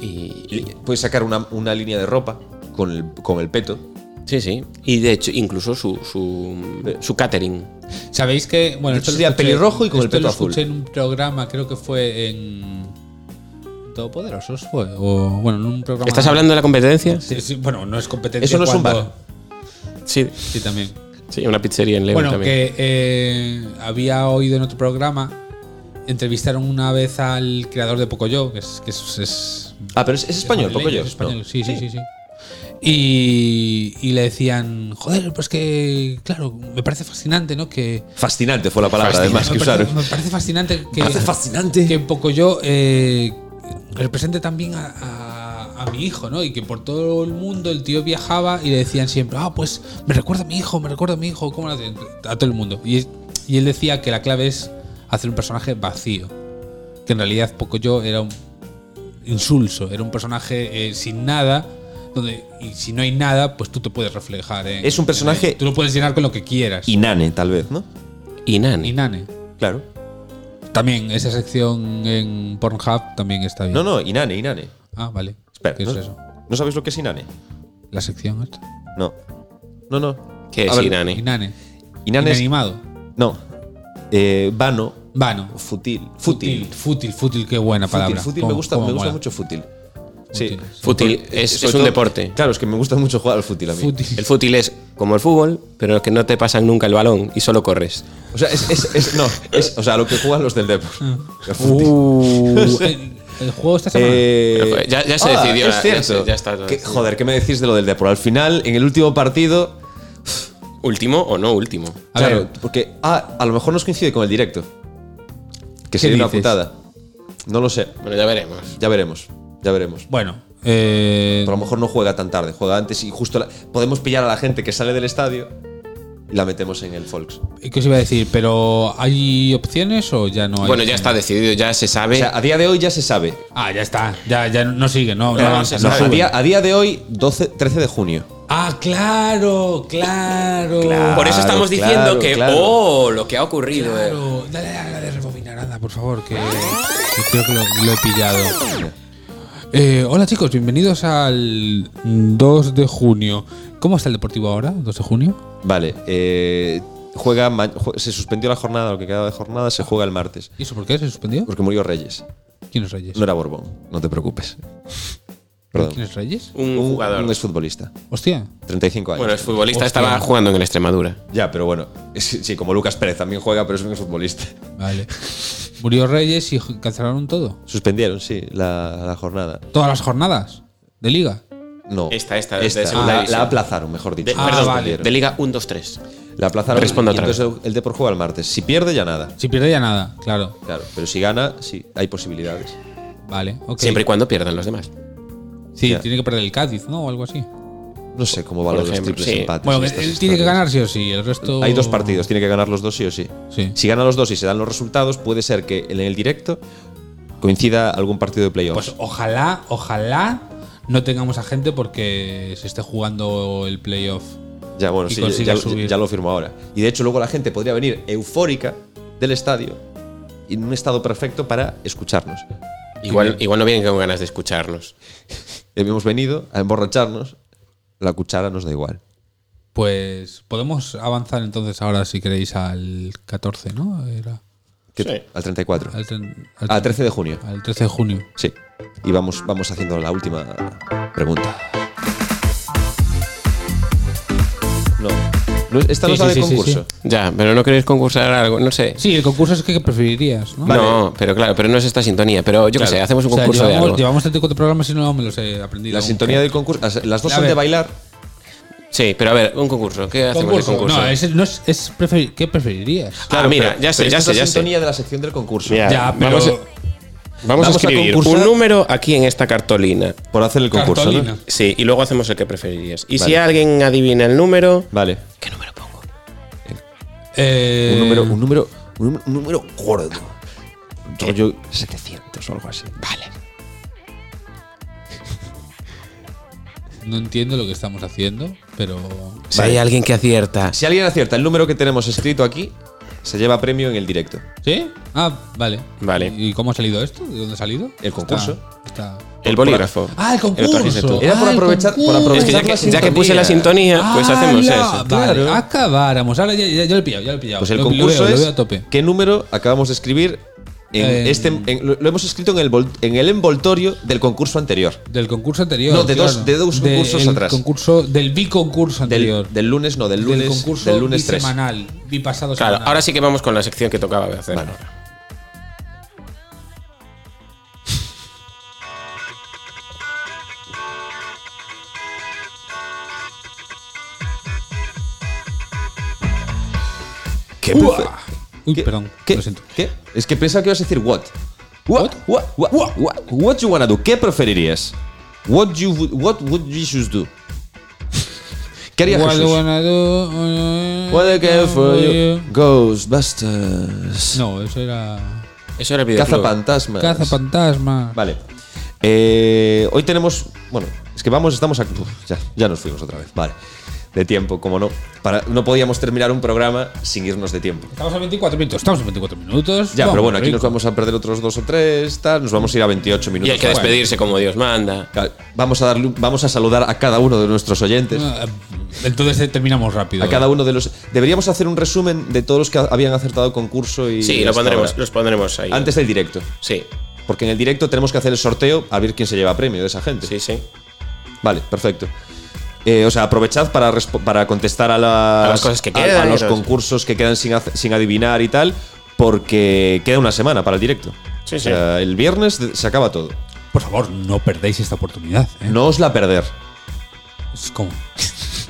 Speaker 5: Y,
Speaker 3: Y puedes sacar una, una línea de ropa con el, con el peto.
Speaker 5: sí, sí. Y de hecho, incluso su, su, su catering.
Speaker 4: Sabéis que bueno,
Speaker 3: Esto sería pelirrojo y con el
Speaker 4: esto lo
Speaker 3: peto azul.
Speaker 4: escuché en un programa, creo que fue en Todopoderosos fue o bueno, en un programa
Speaker 5: ¿Estás hablando de la competencia?
Speaker 4: Sí, sí, bueno, no es competencia
Speaker 3: Eso no es un
Speaker 4: cuando-
Speaker 3: bar.
Speaker 5: Sí,
Speaker 4: Sí, también.
Speaker 5: sí, una pizzería en León
Speaker 4: Bueno,
Speaker 5: también.
Speaker 4: que eh, había oído en otro programa entrevistaron una vez al creador de Pocoyo, que es que es- es
Speaker 3: Ah, pero es, es español, Pocoyo.
Speaker 4: Es español,
Speaker 3: No.
Speaker 4: sí, sí, sí. sí. Y, y le decían, joder, pues que, claro, me parece fascinante, ¿no? Que,
Speaker 3: Fascinante fue la palabra, además, que
Speaker 4: me, parece,
Speaker 3: usaron.
Speaker 4: me parece fascinante que,
Speaker 3: parece fascinante.
Speaker 4: que Pocoyo eh, represente también a, a- a mi hijo, ¿no? Y que por todo el mundo el tío viajaba y le decían siempre, ah, pues me recuerda a mi hijo, me recuerda a mi hijo, ¿cómo lo hace? A todo el mundo. Y, y él decía que la clave es hacer un personaje vacío. Que en realidad Pocoyo era un insulso, era un personaje eh, sin nada. Donde, y si no hay nada, pues tú te puedes reflejar. en-
Speaker 3: Es un
Speaker 4: en
Speaker 3: personaje-
Speaker 4: él. Tú lo puedes llenar con lo que quieras.
Speaker 3: Y Nane, tal vez, ¿no?
Speaker 5: Y Nani.
Speaker 4: Y Nane.
Speaker 3: Claro.
Speaker 4: También esa sección en Pornhub también está bien.
Speaker 3: No, no, Inane, Inane.
Speaker 4: Ah, vale.
Speaker 3: Espera,
Speaker 4: ¿Qué es
Speaker 3: ¿no,
Speaker 4: eso?
Speaker 3: ¿no sabéis lo que es Inane?
Speaker 4: La sección esta.
Speaker 3: No. No, no.
Speaker 5: ¿Qué
Speaker 3: A
Speaker 5: es
Speaker 3: ver,
Speaker 5: Inani?
Speaker 4: Inane.
Speaker 3: Inane es-
Speaker 4: Inanimado.
Speaker 3: No. Eh, vano,
Speaker 4: Vano.
Speaker 3: futil. Fútil.
Speaker 4: Fútil. Fútil, fútil, qué buena
Speaker 3: Fútil,
Speaker 4: palabra.
Speaker 3: fútil, me
Speaker 4: Cómo-
Speaker 3: gusta,
Speaker 4: cómo
Speaker 3: me gusta
Speaker 4: mola.
Speaker 3: mucho fútil. Sí.
Speaker 4: Fútil.
Speaker 5: Fútil
Speaker 3: Porque,
Speaker 5: es,
Speaker 3: eh,
Speaker 5: es
Speaker 3: sobre
Speaker 5: un
Speaker 3: todo-
Speaker 5: deporte.
Speaker 3: Claro, es que me gusta mucho jugar al fútil a mí.
Speaker 4: Fútil.
Speaker 5: El fútil es como el fútbol, pero que no te pasan nunca el balón y solo corres.
Speaker 4: Ah.
Speaker 3: O sea, es, es- es- no, es, o sea, lo que juegan los del deporte.
Speaker 4: Uh, eh, El juego esta semana.
Speaker 3: Eh,
Speaker 5: Pero fue- ya- ya se decidió,
Speaker 3: Es
Speaker 5: ya
Speaker 3: cierto.
Speaker 5: se- ya está, ya
Speaker 3: Que-
Speaker 5: está.
Speaker 3: joder, ¿qué me decís de lo del Depor? Al final, en el último partido.
Speaker 5: Último o no último.
Speaker 4: A
Speaker 3: claro,
Speaker 4: ver.
Speaker 3: porque ah, a lo mejor nos coincide con el directo. Que sería una
Speaker 4: dices?
Speaker 3: putada. No lo sé.
Speaker 5: Bueno, ya veremos.
Speaker 3: Ya veremos. Ya veremos.
Speaker 4: bueno, eh,
Speaker 3: Pero a lo mejor no juega tan tarde, juega antes y justo la- podemos pillar a la gente que sale del estadio y la metemos en el Folks.
Speaker 4: ¿qué os iba a decir? ¿Pero hay opciones o ya no hay?
Speaker 5: Bueno, ya
Speaker 4: opciones?
Speaker 5: está decidido, ya se
Speaker 3: O
Speaker 5: sabe.
Speaker 3: sea, a día de hoy ya se sabe.
Speaker 4: Ah, ya está. Ya, ya no sigue, no, no
Speaker 5: no
Speaker 4: avanza,
Speaker 5: se
Speaker 4: no
Speaker 5: sabe.
Speaker 3: a,
Speaker 4: sube.
Speaker 3: día, a día de hoy, 12, 13 de junio.
Speaker 4: Ah, claro, claro.
Speaker 5: Por eso estamos
Speaker 3: claro,
Speaker 5: diciendo que,
Speaker 3: claro.
Speaker 5: oh, lo que ha ocurrido. eh.
Speaker 4: Claro, dale a la de rebobinar, anda, por favor, que, que creo que lo, lo he pillado. Eh, hola chicos, bienvenidos al 2 de junio. ¿Cómo está el Deportivo ahora, 2 de junio?
Speaker 3: Vale, eh, juega ma- jue- se suspendió la jornada, lo que quedaba de jornada se juega el martes.
Speaker 4: ¿Y eso por qué se suspendió?
Speaker 3: Porque murió Reyes.
Speaker 4: ¿Quién es Reyes?
Speaker 3: No era Borbón, no te preocupes.
Speaker 4: ¿Quién
Speaker 3: Perdón.
Speaker 4: es Reyes?
Speaker 5: Un, jugador.
Speaker 3: un exfutbolista,
Speaker 4: Hostia.
Speaker 3: 35 años.
Speaker 5: bueno, es futbolista,
Speaker 4: Hostia.
Speaker 5: estaba jugando en el Extremadura.
Speaker 3: ya, pero bueno, sí, sí, como Lucas Pérez también juega, pero es un exfutbolista.
Speaker 4: Vale. Murió Reyes y cancelaron todo.
Speaker 3: Suspendieron, sí, la- la jornada.
Speaker 4: Todas las jornadas de liga.
Speaker 3: No.
Speaker 5: Esta, esta, de segunda
Speaker 3: la,
Speaker 5: división.
Speaker 3: la aplazaron, mejor dicho.
Speaker 5: De,
Speaker 4: Ah,
Speaker 5: perdón,
Speaker 4: vale.
Speaker 5: de Liga 1-2-3.
Speaker 3: La aplazaron.
Speaker 5: Respondo
Speaker 3: y
Speaker 5: otra
Speaker 3: entonces el, el Depor juega el martes. Si pierde, ya nada.
Speaker 4: Si pierde ya nada, claro.
Speaker 3: Claro, pero si gana, sí, hay posibilidades.
Speaker 4: Vale, ok.
Speaker 5: Siempre y cuando pierdan los demás.
Speaker 4: sí,
Speaker 3: Ya.
Speaker 4: tiene que perder el Cádiz, ¿no? O algo así.
Speaker 3: No sé cómo van
Speaker 5: Por
Speaker 3: los
Speaker 5: ejemplo,
Speaker 3: triples
Speaker 5: sí.
Speaker 3: empates.
Speaker 4: Bueno,
Speaker 3: y
Speaker 4: él
Speaker 3: estas
Speaker 4: tiene que
Speaker 3: historias.
Speaker 4: ganar sí o sí. El resto.
Speaker 3: Hay dos partidos, tiene que ganar los dos sí o sí.
Speaker 4: Sí.
Speaker 3: Si gana los dos y se dan los resultados, puede ser que en el directo coincida algún partido de playoffs.
Speaker 4: Pues ojalá, ojalá no tengamos a gente porque se esté jugando el playoff.
Speaker 3: ya, bueno,
Speaker 4: Pues, y
Speaker 3: sí,
Speaker 4: consiga
Speaker 3: ya, ya-
Speaker 4: subir.
Speaker 3: ya lo firmo ahora. Y de hecho, luego la gente podría venir eufórica del estadio en un estado perfecto para escucharnos.
Speaker 5: Igual, igual no vienen con ganas de escucharnos.
Speaker 3: Hemos venido a emborracharnos, la cuchara nos da igual.
Speaker 4: Pues podemos avanzar entonces ahora, si queréis, al 14, ¿no? Era
Speaker 3: ¿Qué-
Speaker 5: Sí.
Speaker 3: Al 34.
Speaker 4: al, tren- al
Speaker 3: Al
Speaker 4: tren-
Speaker 3: 13 de junio.
Speaker 4: al 13 de junio.
Speaker 3: Sí. Y vamos, vamos haciendo la última pregunta. No. No, Esta no
Speaker 4: Sí,
Speaker 3: es la
Speaker 4: sí,
Speaker 3: de
Speaker 4: sí, sí,
Speaker 3: concurso.
Speaker 4: sí.
Speaker 5: Ya, pero no queréis concursar algo, no sé.
Speaker 4: Sí, el concurso es que preferirías, ¿no?
Speaker 5: No, pero claro, pero no es esta sintonía. Pero yo qué sé, hacemos un
Speaker 4: O sea,
Speaker 5: concurso de algo.
Speaker 4: llevamos, llevamos 34 programas y no me los he aprendido.
Speaker 3: La
Speaker 4: aún.
Speaker 3: sintonía del concurso. as- Las dos
Speaker 4: A
Speaker 3: son de
Speaker 4: ver.
Speaker 3: bailar.
Speaker 5: Sí, pero a ver, un concurso. ¿Qué hacemos de
Speaker 4: Concurso.
Speaker 5: concurso?
Speaker 4: No, es, no es, es prefer- ¿qué preferirías?
Speaker 5: Claro, Ah, mira, ya sé,
Speaker 3: Ah, pero
Speaker 5: ya
Speaker 3: esta
Speaker 5: sé,
Speaker 3: es
Speaker 5: ya
Speaker 3: la
Speaker 5: sé.
Speaker 3: sintonía de la sección del concurso.
Speaker 5: Mira,
Speaker 4: Ya, pero-
Speaker 5: vamos, a, vamos a
Speaker 3: Vamos a
Speaker 5: escribir
Speaker 3: concursar.
Speaker 5: un número aquí en esta cartolina.
Speaker 3: Por hacer el concurso. ¿no?
Speaker 4: Cartolina.
Speaker 5: Sí, y luego hacemos el que preferirías. Y si
Speaker 3: Vale.
Speaker 5: alguien adivina el número,
Speaker 3: Vale.
Speaker 5: ¿qué número pongo?
Speaker 4: Eh,
Speaker 3: Un número, un número, un número, un número gordo. Rollo 700 o algo así.
Speaker 5: Vale.
Speaker 4: No entiendo lo que estamos haciendo, pero.
Speaker 5: Si hay alguien que acierta.
Speaker 3: Si alguien acierta el número que tenemos escrito aquí, se lleva premio en el directo.
Speaker 4: ¿Sí? Ah, vale.
Speaker 5: Vale.
Speaker 4: ¿Y cómo ha salido esto? ¿De dónde ha salido?
Speaker 3: El concurso.
Speaker 4: Está- está-
Speaker 5: El bolígrafo.
Speaker 4: Ah, el
Speaker 5: El otro dices tú.
Speaker 4: concurso.
Speaker 3: Era por
Speaker 4: Ah, el
Speaker 3: aprovechar- por
Speaker 4: concurso.
Speaker 5: Es que ya
Speaker 3: aprovechar
Speaker 5: que,
Speaker 3: la
Speaker 5: ya que puse la
Speaker 3: sintonía.
Speaker 5: sintonía, pues
Speaker 4: Ah,
Speaker 5: hacemos
Speaker 4: ¡Hala!
Speaker 5: eso.
Speaker 4: Vale,
Speaker 3: Claro.
Speaker 4: acabáramos. Ahora ya, ya- ya lo he pillado, ya lo he pillado.
Speaker 3: Pues el
Speaker 4: Lo- lo
Speaker 3: concurso
Speaker 4: veo, lo
Speaker 3: es
Speaker 4: veo a tope. Eh,
Speaker 3: qué número acabamos de escribir en
Speaker 4: En-
Speaker 3: este en- lo, lo hemos escrito en el vol- en el envoltorio del concurso anterior,
Speaker 4: Del concurso anterior.
Speaker 3: No, de
Speaker 4: claro.
Speaker 3: dos- de dos concursos
Speaker 4: del
Speaker 3: atrás.
Speaker 4: Concurso, del biconcurso anterior.
Speaker 3: del, del lunes no, del lunes
Speaker 4: del concurso
Speaker 3: del lunes 3.
Speaker 4: bisemanal, bipasado
Speaker 5: Claro,
Speaker 4: semanal.
Speaker 5: ahora sí que vamos con la sección que tocaba hacer.
Speaker 3: Vale. ¿Qué, prefe-
Speaker 4: Uy,
Speaker 3: ¿Qué?
Speaker 4: perdón,
Speaker 3: ¿Qué?
Speaker 4: lo siento.
Speaker 3: ¿Qué? Es que pensaba que ibas a decir what. What? What? What? What? What? you wanna do? ¿Qué preferirías? What you would- what would Jesus do? ¿Qué haría
Speaker 4: What
Speaker 3: Jesús?
Speaker 4: wanna do,
Speaker 3: What I care for
Speaker 4: for
Speaker 3: you.
Speaker 4: you.
Speaker 3: Ghostbusters.
Speaker 4: No, eso era.
Speaker 5: Eso era el videoclub.
Speaker 3: Cazapantasmas.
Speaker 4: Caza fantasma.
Speaker 3: Vale. Eh, hoy tenemos. Bueno, es que vamos, estamos. Aquí, ya, ya nos fuimos otra vez. Vale. De tiempo, como no. Para, no podíamos terminar un programa sin irnos de tiempo.
Speaker 4: Estamos a 24 minutos, estamos a 24 minutos.
Speaker 3: Ya,
Speaker 4: Vamos,
Speaker 3: pero bueno, aquí
Speaker 4: rico.
Speaker 3: nos vamos a perder otros dos o tres, tal. Nos vamos a ir a 28 minutos.
Speaker 5: Y hay que
Speaker 3: Bueno,
Speaker 5: despedirse como Dios manda.
Speaker 3: claro, Vamos a, darle, un- vamos a saludar a cada uno de nuestros oyentes.
Speaker 4: Ah, Entonces eh, terminamos rápido.
Speaker 3: A cada uno de los. Deberíamos hacer un resumen de todos los que habían acertado el concurso y.
Speaker 5: Sí, lo
Speaker 3: hasta
Speaker 5: pondremos,
Speaker 3: ahora.
Speaker 5: los pondremos ahí.
Speaker 3: Antes del directo.
Speaker 5: Sí,
Speaker 3: Porque en el directo tenemos que hacer el sorteo a ver quién se lleva premio de esa gente.
Speaker 5: sí, sí.
Speaker 3: Vale, perfecto. Eh, o sea, aprovechad para, respo- para contestar a, las,
Speaker 5: A las cosas que
Speaker 3: a-
Speaker 5: quedan
Speaker 3: a
Speaker 5: y
Speaker 3: los
Speaker 5: todo eso.
Speaker 3: concursos que quedan sin, hace- sin adivinar y tal, porque queda una semana para el directo.
Speaker 5: Sí,
Speaker 3: O sea, el viernes de- se acaba todo.
Speaker 4: Por favor, no perdáis esta oportunidad. ¿eh?
Speaker 3: No os la perder.
Speaker 4: Es como.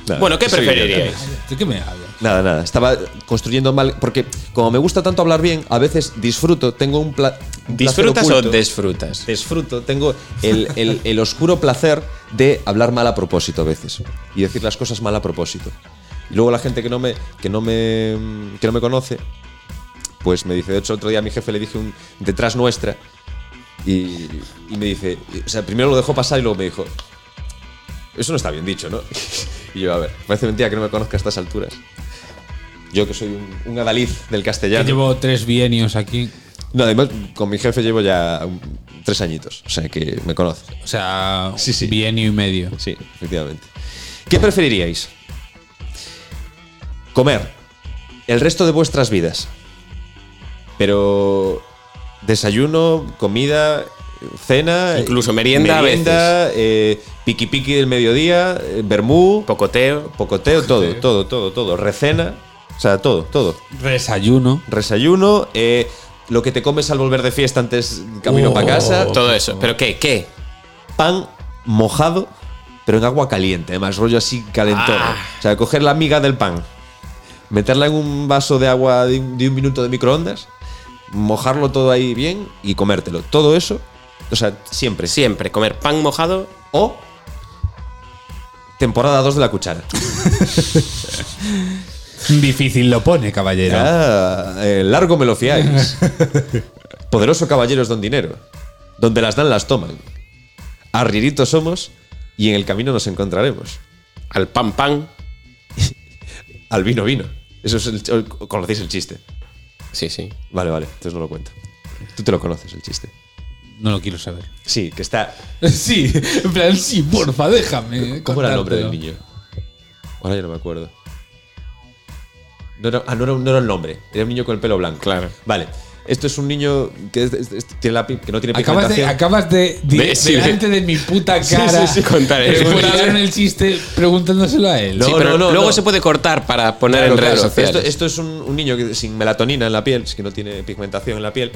Speaker 3: Nada,
Speaker 5: Bueno, ¿qué
Speaker 3: soy
Speaker 5: preferiríais?
Speaker 3: idiota.
Speaker 4: ¿De qué me hablas?
Speaker 3: Nada, nada. Estaba construyendo mal. Porque como me gusta tanto hablar bien, a veces disfruto, tengo un, pla- un placer
Speaker 5: ¿Disfrutas o
Speaker 3: oculto.
Speaker 5: desfrutas?
Speaker 3: Disfruto, tengo el, el- el oscuro placer de hablar mal a propósito a veces y decir las cosas mal a propósito. Y luego la gente que no me, que no me, que no me conoce, pues me dice, de hecho otro día a mi jefe le dije un detrás nuestra y, y me dice, o sea, primero lo dejó pasar y luego me dijo, eso no está bien dicho, ¿no? Y yo, a ver, parece mentira que no me conozca a estas alturas. Yo que soy un, un adalid del
Speaker 4: Yo
Speaker 3: castellano.
Speaker 4: llevo tres bienios aquí.
Speaker 3: No, además, con mi jefe llevo ya um, tres añitos, o sea que me conoce.
Speaker 4: O sea,
Speaker 3: Sí, sí.
Speaker 4: bienio y medio.
Speaker 3: Sí, efectivamente. ¿Qué preferiríais? Comer el resto de vuestras vidas. Pero desayuno, comida, cena,
Speaker 5: Incluso merienda a
Speaker 3: eh, piqui piqui del mediodía, eh, vermú,
Speaker 5: Pocoteo.
Speaker 3: pocoteo, todo, todo, todo, todo, recena, o sea, todo, todo.
Speaker 4: Desayuno.
Speaker 3: Resayuno, eh, lo que te comes al volver de fiesta antes camino
Speaker 4: Oh.
Speaker 3: para casa,
Speaker 5: Todo eso. ¿Pero qué? ¿Qué?
Speaker 3: pan mojado, pero en agua caliente, además, rollo así calentón.
Speaker 5: Ah.
Speaker 3: O sea, coger la miga del pan, meterla en un vaso de agua de un, de un minuto de microondas, mojarlo todo ahí bien y comértelo. Todo eso, o sea, siempre.
Speaker 5: Siempre. Comer pan mojado.
Speaker 3: O temporada 2 de la cuchara.
Speaker 4: Difícil lo pone, caballero.
Speaker 3: Ah, eh, largo me lo fiáis. Poderoso caballeros don dinero, donde las dan las toman. Arrieritos somos y en el camino nos encontraremos.
Speaker 5: Al pan pan.
Speaker 3: Al vino vino. Eso es el, ch- conocéis el chiste.
Speaker 5: Sí, sí.
Speaker 3: Vale, vale, entonces no lo cuento. Tú te lo conoces el chiste.
Speaker 4: No lo quiero saber.
Speaker 3: Sí, que está.
Speaker 4: Sí, en plan, sí, porfa, déjame.
Speaker 3: ¿Cómo era el nombre del
Speaker 4: contártelo.
Speaker 3: niño? Ahora ya no me acuerdo. No era, ah, no era, no era el nombre. Era un niño con el pelo blanco.
Speaker 5: Claro.
Speaker 3: Vale. Esto es un niño que, es- es- es- tiene la pi- que no tiene
Speaker 4: Acabas de,
Speaker 3: pigmentación.
Speaker 4: acabas de, de-
Speaker 5: De- sí,
Speaker 4: delante de mi puta cara,
Speaker 5: sí, sí, contar eso.
Speaker 4: explotaron el chiste preguntándoselo a él.
Speaker 3: No,
Speaker 5: Sí, pero
Speaker 3: no, no,
Speaker 5: luego
Speaker 3: no.
Speaker 5: se puede cortar para poner
Speaker 3: Claro,
Speaker 5: en redes
Speaker 3: claro.
Speaker 5: sociales.
Speaker 3: Esto, esto es un, un niño que, sin melatonina en la piel, es que no tiene pigmentación en la piel.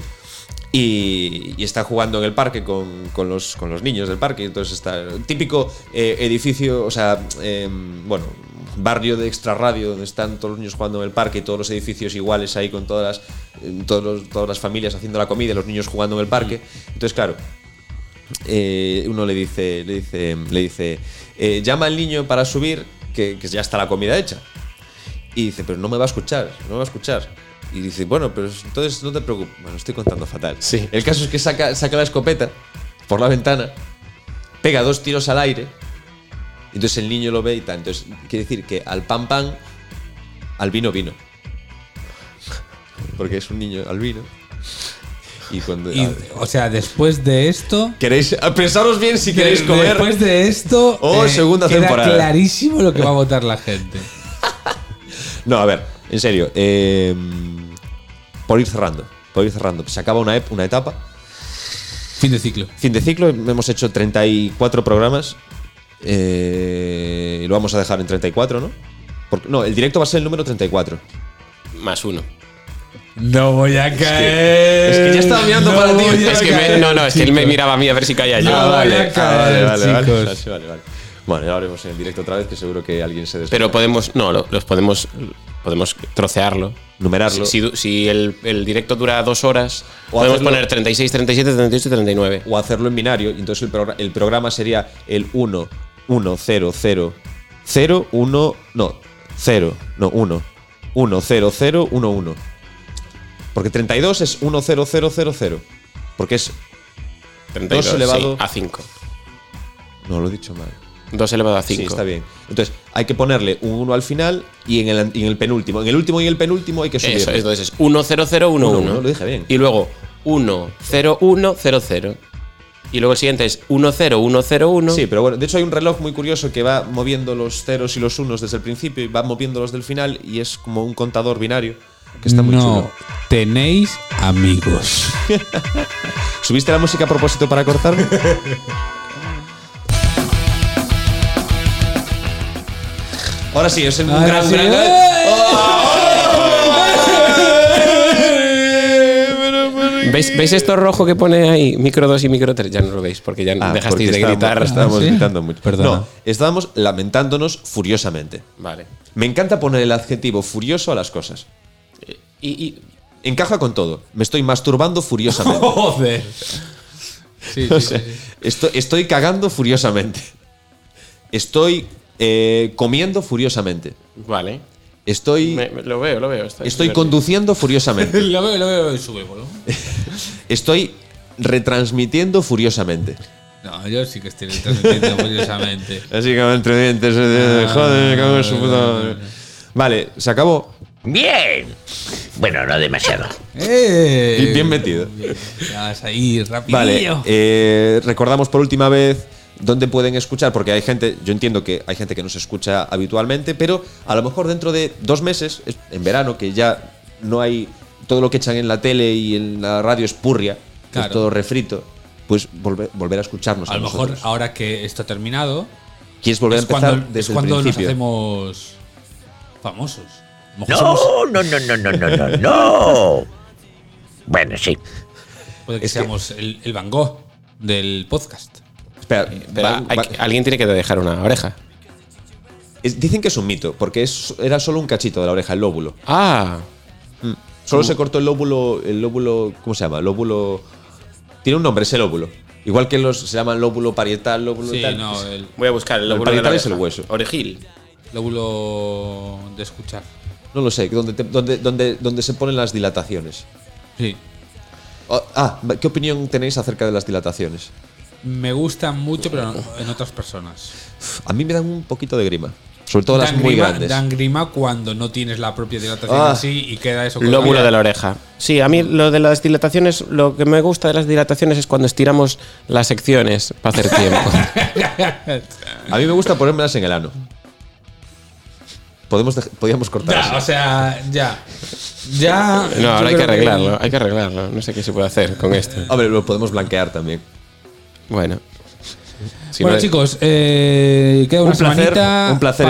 Speaker 3: Y, y está jugando en el parque con, con los, con los niños del parque. Entonces está el típico eh, edificio, o sea, em, bueno, barrio de extrarradio donde están todos los niños jugando en el parque y todos los edificios iguales ahí con todas las, em, todos los- todas las familias haciendo la comida, y los niños jugando en el parque. Entonces, claro, eh, uno le dice, le dice, le dice eh, llama al niño para subir, que, que ya está la comida hecha. Y dice, pero no me va a escuchar, no me va a escuchar. Y dice, bueno, pero entonces no te preocupes. Bueno, estoy contando fatal.
Speaker 5: Sí.
Speaker 3: El caso es que saca, saca la escopeta por la ventana, pega dos tiros al aire, y entonces el niño lo ve y tal. Entonces, quiere decir que al pan pan, al vino vino. Porque es un niño al vino. Y cuando.
Speaker 4: Y, o sea, después de esto.
Speaker 3: ¿Queréis? Pensaros bien si queréis
Speaker 4: de-
Speaker 3: comer.
Speaker 4: Después de esto. eh,
Speaker 3: Oh, segunda
Speaker 4: queda
Speaker 3: temporada.
Speaker 4: clarísimo lo que va a votar la gente.
Speaker 3: No, a ver, en serio. eh, por ir cerrando. Por ir cerrando. Se acaba una, ep- una etapa.
Speaker 4: Fin de ciclo.
Speaker 3: Fin de ciclo. Hemos hecho 34 programas. eh, y lo vamos a dejar en 34, ¿no? Porque- no, el directo va a ser el número 34.
Speaker 5: Más uno.
Speaker 4: No voy a caer.
Speaker 3: es que ya estaba mirando para ti.
Speaker 4: voy a
Speaker 5: Es que me-
Speaker 4: caer,
Speaker 5: no, no, es que él me
Speaker 4: chicos.
Speaker 5: miraba a mí a ver si caía yo.
Speaker 4: No, vale. a caer, chicos.
Speaker 3: Ah, vale, Ah, vale, vale. Bueno, ya lo haremos en el directo otra vez, que seguro que alguien se desespera.
Speaker 5: Pero podemos, no, lo- los podemos, podemos trocearlo.
Speaker 3: Numerarlo.
Speaker 5: Si, si- si el, el directo dura dos horas,
Speaker 3: O
Speaker 5: podemos
Speaker 3: hacerlo-
Speaker 5: poner 36, 37, 38 y 39.
Speaker 3: o hacerlo en binario. y Entonces el, progra- el programa sería el 1, 1, 0, 0, 0, 1, no, 0, no, 1, 1, 0, 0, 1, 1. Porque 32 es 1, 0, 0, 0, 0. Porque es.
Speaker 5: 32
Speaker 3: Dos elevado-
Speaker 5: sí, a 5.
Speaker 3: No, lo he dicho mal.
Speaker 5: 2 elevado a 5.
Speaker 3: Sí, está bien. Entonces hay que ponerle un 1 al final y en el, an- y en el penúltimo. En el último y el penúltimo hay que subir.
Speaker 5: Eso, entonces es 1, 0, 0, 1, 1.
Speaker 3: Uno, uno, lo dije bien.
Speaker 5: Y luego 1, 0, 1, 0, 0. Y luego el siguiente es 1, 0, 1, 0, 1.
Speaker 3: Sí, pero bueno, de hecho hay un reloj muy curioso que va moviendo los ceros y los unos desde el principio y va moviéndolos del final y es como un contador binario que está muy
Speaker 4: no
Speaker 3: chulo.
Speaker 4: tenéis amigos.
Speaker 3: ¿Subiste la música a propósito para cortarme? Ahora sí, es un
Speaker 4: Ahora
Speaker 3: gran,
Speaker 4: Ah, sí.
Speaker 3: gran-
Speaker 4: ¡Eh!
Speaker 3: ¡Oh!
Speaker 5: ¿Ves ¿Veis, ¿Veis esto rojo que pone ahí? Micro 2 y micro 3. Ya no lo veis porque ya
Speaker 3: Ah,
Speaker 5: dejasteis
Speaker 3: porque
Speaker 5: de
Speaker 3: estábamos-
Speaker 5: gritar.
Speaker 3: Estábamos
Speaker 4: Ah, ¿sí?
Speaker 3: gritando mucho.
Speaker 4: Perdona.
Speaker 3: No, estábamos lamentándonos furiosamente.
Speaker 5: Vale.
Speaker 3: Me encanta poner el adjetivo furioso a las cosas.
Speaker 5: Y, y-
Speaker 3: Encaja con todo. Me estoy masturbando furiosamente.
Speaker 4: Oh, Joder. Sí, sí,
Speaker 3: O
Speaker 4: sí,
Speaker 3: sea,
Speaker 4: sí.
Speaker 3: esto- estoy cagando furiosamente. Estoy eh, comiendo furiosamente.
Speaker 5: vale.
Speaker 3: Estoy,
Speaker 5: Me- me- lo veo, lo veo. está
Speaker 3: estoy
Speaker 5: divertido.
Speaker 3: conduciendo furiosamente.
Speaker 4: Lo veo, lo veo y sube, boludo.
Speaker 3: Estoy retransmitiendo furiosamente.
Speaker 4: No, yo sí que estoy transmitiendo curiosamente.
Speaker 3: Así que entre dientes, eh, joder, me cago en su puta madre. Vale, se acabó.
Speaker 1: Bien. Bueno, no demasiado.
Speaker 4: ¡Eh!
Speaker 3: Bien metido.
Speaker 4: Estás ahí, rapidillo.
Speaker 3: Vale, eh, recordamos por última vez dónde pueden escuchar, porque hay gente, yo entiendo que hay gente que nos escucha habitualmente, pero a lo mejor dentro de dos meses, es- en verano, que ya no hay todo lo que echan en la tele y en la radio es purria, que es
Speaker 4: Claro.
Speaker 3: todo refrito, pues volver, volver Pues a escucharnos.
Speaker 4: a lo mejor
Speaker 3: nosotros.
Speaker 4: ahora que esto ha terminado,
Speaker 3: quieres volver a
Speaker 4: es
Speaker 3: empezar
Speaker 4: cuando, es
Speaker 3: desde el
Speaker 4: cuando nos
Speaker 3: principio.
Speaker 4: hacemos famosos. A lo mejor somos-
Speaker 1: No, no, no, no, no, no, no, no. Bueno, sí.
Speaker 4: puede que
Speaker 3: es que-
Speaker 4: seamos el, el Van Gogh del podcast.
Speaker 3: Espera,
Speaker 4: Eh,
Speaker 5: Pero
Speaker 3: va-
Speaker 5: hay
Speaker 3: va-
Speaker 5: que- alguien tiene que dejar una oreja.
Speaker 3: es- dicen que es un mito, porque es- era solo un cachito de la oreja, el lóbulo.
Speaker 5: Ah,
Speaker 3: Solo se cortó el lóbulo, el lóbulo, ¿cómo se llama? Lóbulo. Tiene un nombre ese lóbulo. Igual que los se llaman lóbulo parietal, lóbulo
Speaker 4: Sí,
Speaker 3: tal. Pues,
Speaker 4: no, eh. el
Speaker 5: voy a buscar el
Speaker 3: lóbulo de la parietal es oreja. el hueso.
Speaker 5: Orejil.
Speaker 4: lóbulo de escuchar.
Speaker 3: No lo sé, donde, te- donde, donde, donde se ponen las dilataciones.
Speaker 4: Sí.
Speaker 3: O- Ah, ¿qué opinión tenéis acerca de las dilataciones?
Speaker 4: Me gustan mucho, pero no- en otras personas.
Speaker 3: Uf, A mí me dan un poquito de grima. Sobre todo las
Speaker 4: Dan
Speaker 3: muy
Speaker 4: grima,
Speaker 3: grandes.
Speaker 4: dan grima cuando no tienes la propia dilatación
Speaker 3: Ah.
Speaker 4: así y queda eso. con
Speaker 5: Lóbulo
Speaker 4: la-
Speaker 5: de la oreja. Sí, a mí lo de las dilataciones, lo que me gusta de las dilataciones es cuando estiramos las secciones para hacer tiempo.
Speaker 3: A mí me gusta ponérmelas en el ano. Podemos dej- podíamos
Speaker 4: Ya,
Speaker 3: cortar.
Speaker 4: o sea, ya. Ya.
Speaker 5: No,
Speaker 4: yo
Speaker 5: ahora hay que
Speaker 4: creo
Speaker 5: arreglarlo, hay que arreglarlo. No sé qué se puede hacer con esto.
Speaker 3: Hombre, lo podemos blanquear también.
Speaker 5: Bueno. Si
Speaker 4: bueno,
Speaker 5: no-
Speaker 4: chicos, eh, queda una
Speaker 3: Un placer,
Speaker 4: semanita
Speaker 3: un placer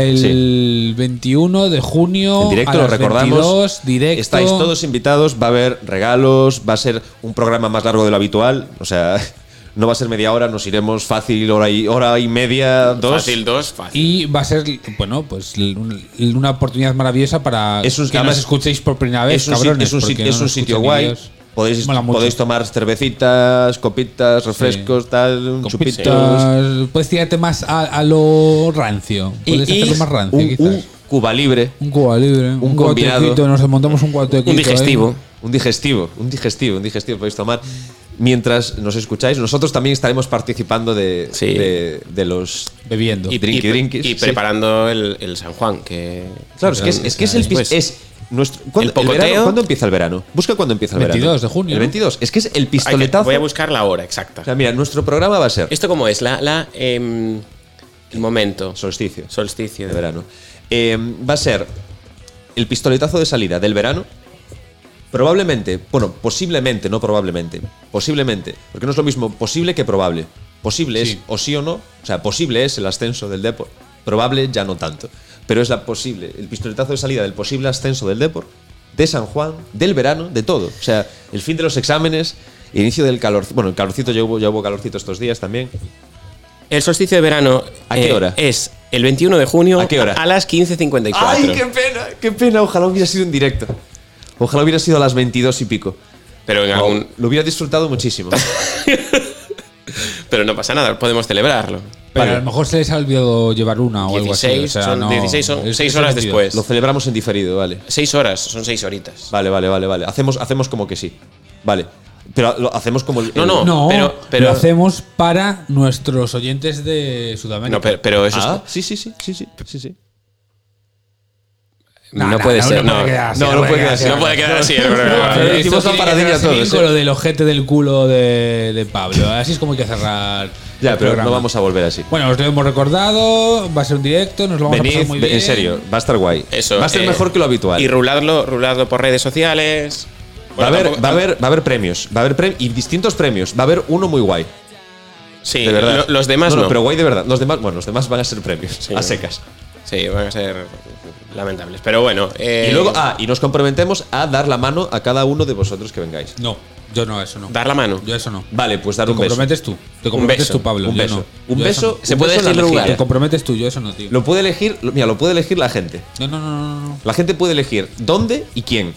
Speaker 3: estar-
Speaker 4: el
Speaker 3: sí.
Speaker 4: 21 de junio.
Speaker 3: En directo,
Speaker 4: a
Speaker 3: lo
Speaker 4: las
Speaker 3: recordamos.
Speaker 4: 22, directo.
Speaker 3: Estáis todos invitados, va a haber regalos, va a ser un programa más largo de lo habitual. O sea, no va a ser media hora, nos iremos fácil, hora y, hora y media, dos.
Speaker 5: Fácil, dos, fácil.
Speaker 4: Y va a ser, bueno, pues l- un- una oportunidad maravillosa para
Speaker 3: Es un-
Speaker 4: que
Speaker 3: además-
Speaker 4: nos escuchéis por primera vez.
Speaker 3: Es un, sit-
Speaker 4: cabrones,
Speaker 3: es un sit-
Speaker 4: porque
Speaker 3: es
Speaker 4: no
Speaker 3: un
Speaker 4: nos
Speaker 3: sitio
Speaker 4: escuchan
Speaker 3: guay.
Speaker 4: ellos.
Speaker 3: Podéis,
Speaker 4: Mola mucho.
Speaker 3: podéis tomar cervecitas, copitas, refrescos, tal, un
Speaker 4: Copitas,
Speaker 3: chupitos.
Speaker 4: Puedes tirarte más a, a lo rancio.
Speaker 3: Y-
Speaker 4: Puedes
Speaker 3: y
Speaker 4: hacerlo más rancio,
Speaker 3: un,
Speaker 4: quizás.
Speaker 3: un Cuba libre,
Speaker 4: Un cuba libre, un,
Speaker 3: combinado.
Speaker 4: cuatrequito, nos montamos un cuatrequito.
Speaker 5: Un digestivo.
Speaker 4: ¿eh?
Speaker 3: un digestivo, un digestivo, un digestivo podéis tomar. Mientras nos escucháis, nosotros también estaremos participando de,
Speaker 5: Sí.
Speaker 3: de- de los
Speaker 4: Bebiendo.
Speaker 3: Y drinky drinkies,
Speaker 5: y
Speaker 3: sí.
Speaker 5: preparando el, el San Juan, que.
Speaker 3: Claro, es que es, es que es el
Speaker 5: Después.
Speaker 3: pis- es nuestro ¿cuándo,
Speaker 5: El
Speaker 3: el verano-
Speaker 5: pocoteo.
Speaker 3: ¿cuándo empieza el verano? Busca cuándo empieza el
Speaker 4: 22
Speaker 3: verano.
Speaker 4: de junio,
Speaker 3: El
Speaker 4: ¿no?
Speaker 3: 22, es que es el
Speaker 5: Hay que-
Speaker 3: pistoletazo.
Speaker 5: voy a buscar la hora
Speaker 3: o
Speaker 5: exacta.
Speaker 3: sea, mira, nuestro programa va a ser
Speaker 5: ¿Esto cómo es? La, la, em, el momento.
Speaker 3: solsticio
Speaker 5: Solsticio.
Speaker 3: de verano. Eh, va a ser el pistoletazo de salida del verano. Probablemente, bueno, posiblemente, no probablemente, posiblemente, porque no es lo mismo posible que probable. Posible es
Speaker 4: Sí.
Speaker 3: o sí o no, o sea, posible es el ascenso del Depor, probable ya no tanto, pero es la posible, el pistoletazo de salida del posible ascenso del Depor, de San Juan, del verano, de todo, o sea, el fin de los exámenes, inicio del calor, bueno, el calorcito ya hubo, ya hubo calorcito estos días también,
Speaker 5: El solsticio de verano. eh,
Speaker 3: ¿A qué hora?
Speaker 5: Es el 21 de junio.
Speaker 3: ¿A qué hora?
Speaker 5: A las 15.54.
Speaker 3: ¡Ay, qué pena! ¡Qué pena! Ojalá hubiera sido en directo. Ojalá hubiera sido a las 22 y pico.
Speaker 5: Pero
Speaker 3: Oh.
Speaker 5: en algún. Pues.
Speaker 3: Lo hubiera disfrutado muchísimo.
Speaker 5: Pero no pasa nada, podemos celebrarlo.
Speaker 4: Pero
Speaker 3: Vale.
Speaker 4: a lo mejor se les ha olvidado llevar una o algo así.
Speaker 5: 16
Speaker 4: o sea,
Speaker 5: son
Speaker 4: no,
Speaker 5: 16 son
Speaker 4: es-
Speaker 5: seis
Speaker 4: es
Speaker 5: horas
Speaker 4: sentido.
Speaker 5: después.
Speaker 3: Lo celebramos en diferido, vale.
Speaker 5: Seis horas, son seis horitas.
Speaker 3: Vale, vale, vale, vale. Hacemos, hacemos como que sí. Vale. Pero lo hacemos como el.
Speaker 5: No, no.
Speaker 4: No,
Speaker 5: pero-
Speaker 4: pero,
Speaker 5: pero-
Speaker 4: lo hacemos para nuestros oyentes de Sudamérica.
Speaker 5: No, pero, pero eso es-
Speaker 3: Ah, sí, sí, sí, sí, sí, sí, sí.
Speaker 5: no, puede ser. No,
Speaker 4: quedar así,
Speaker 3: No, no puede quedar así.
Speaker 5: no puede quedar así. el programa.
Speaker 3: pero decimos
Speaker 4: Esto
Speaker 3: la
Speaker 4: tiene que
Speaker 3: paradilla
Speaker 4: quedarse
Speaker 3: todos,
Speaker 4: bien
Speaker 3: ¿eh?
Speaker 4: con lo del ojete del culo de, de Pablo. Así es como hay que cerrar.
Speaker 3: Ya,
Speaker 4: el
Speaker 3: pero
Speaker 4: programa.
Speaker 3: no vamos a volver así.
Speaker 4: Bueno, os lo hemos recordado. Va a ser un directo. Nos lo vamos a
Speaker 3: Venid,
Speaker 4: pasar muy
Speaker 3: ve-
Speaker 4: bien.
Speaker 3: en serio, va a estar guay.
Speaker 5: Eso,
Speaker 3: va a ser
Speaker 5: eh,
Speaker 3: mejor que lo habitual.
Speaker 5: Y ruladlo, ruladlo por redes sociales.
Speaker 3: va, a
Speaker 5: Bueno,
Speaker 3: haber,
Speaker 5: tampoco-
Speaker 3: va, a haber, va a haber premios. Va a haber pre- y distintos premios. Va a haber uno muy guay.
Speaker 5: Sí,
Speaker 3: de verdad.
Speaker 5: lo- los demás no.
Speaker 3: pero guay de verdad. Los demás, bueno, los demás van a ser premios.
Speaker 5: no.
Speaker 3: a secas.
Speaker 5: Sí, van a ser lamentables. Pero bueno. eh,
Speaker 3: ah, Y luego, ah, y nos comprometemos a dar la mano a cada uno de vosotros que vengáis.
Speaker 4: No. Yo no, eso no.
Speaker 5: Dar la mano.
Speaker 4: Yo eso no.
Speaker 3: Vale, pues dar
Speaker 4: Te
Speaker 3: un beso.
Speaker 4: comprometes tú. Te comprometes
Speaker 5: beso,
Speaker 4: tú, Pablo.
Speaker 3: un
Speaker 4: yo
Speaker 3: beso.
Speaker 4: no.
Speaker 3: Un
Speaker 4: Yo
Speaker 3: beso-
Speaker 4: eso no.
Speaker 5: Se
Speaker 3: Un
Speaker 5: puede
Speaker 3: beso en la
Speaker 5: elegir el
Speaker 3: mejilla.
Speaker 5: lugar.
Speaker 4: Te comprometes tú, yo eso no, tío.
Speaker 3: Lo puede elegir, lo- mira, lo puede elegir la gente.
Speaker 4: No, no, no, no, no.
Speaker 3: La gente puede elegir dónde y quién. De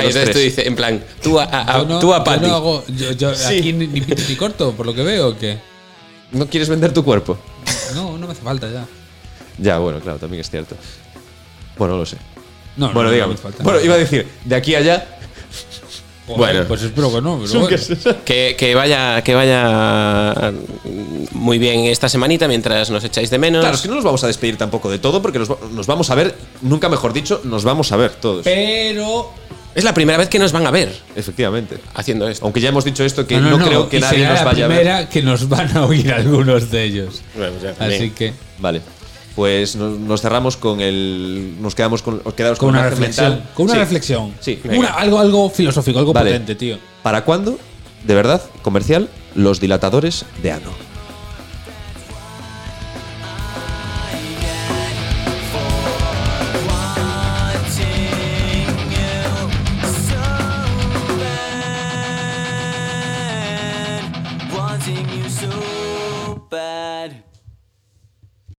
Speaker 5: Ahí
Speaker 3: los
Speaker 5: entonces tú
Speaker 3: tres.
Speaker 5: dices, en plan, tú a, a-
Speaker 3: Ah,
Speaker 5: a-
Speaker 4: Yo no,
Speaker 5: tú a
Speaker 4: yo
Speaker 5: Patty.
Speaker 4: no hago- yo- yo aquí ni, ni pito ni corto, por lo que veo, ¿o qué?
Speaker 3: ¿No quieres vender tu cuerpo?
Speaker 4: No, no me hace falta ya.
Speaker 3: Ya, bueno, claro, también es cierto. Bueno, lo sé.
Speaker 4: No,
Speaker 3: bueno,
Speaker 4: no,
Speaker 3: digamos.
Speaker 4: No me hace falta.
Speaker 3: bueno, iba a decir, de aquí a allá.
Speaker 4: Joder,
Speaker 5: bueno.
Speaker 4: Pues espero que no, pero bueno.
Speaker 5: Que, que vaya, que vaya muy bien esta semanita mientras nos echáis de menos.
Speaker 3: Claro, es que no nos vamos a despedir tampoco de todo porque nos, va- nos vamos a ver, nunca mejor dicho, nos vamos a ver todos.
Speaker 4: Pero.
Speaker 5: Es la primera vez que nos van a ver
Speaker 3: Efectivamente.
Speaker 5: haciendo esto.
Speaker 3: Aunque ya hemos dicho esto, que
Speaker 4: no,
Speaker 3: no,
Speaker 4: no, no,
Speaker 3: creo que
Speaker 4: y
Speaker 3: nadie
Speaker 4: será
Speaker 3: nos vaya
Speaker 4: la
Speaker 3: a ver.
Speaker 4: primera que nos van a oír algunos de ellos.
Speaker 5: Bueno, pues ya,
Speaker 4: Así
Speaker 5: bien.
Speaker 4: que.
Speaker 3: Vale. Pues no- nos, cerramos con el. Nos quedamos con, os quedamos
Speaker 4: Con
Speaker 3: con
Speaker 4: una
Speaker 3: imagen
Speaker 4: reflexión.
Speaker 3: mental.
Speaker 4: Con una
Speaker 3: Sí.
Speaker 4: reflexión.
Speaker 3: Sí,
Speaker 4: Una-
Speaker 5: venga.
Speaker 4: algo, algo filosófico, algo
Speaker 3: Vale.
Speaker 4: potente, tío.
Speaker 3: ¿Para cuándo? De verdad, comercial, los dilatadores de ano.
Speaker 2: wanting you so bad.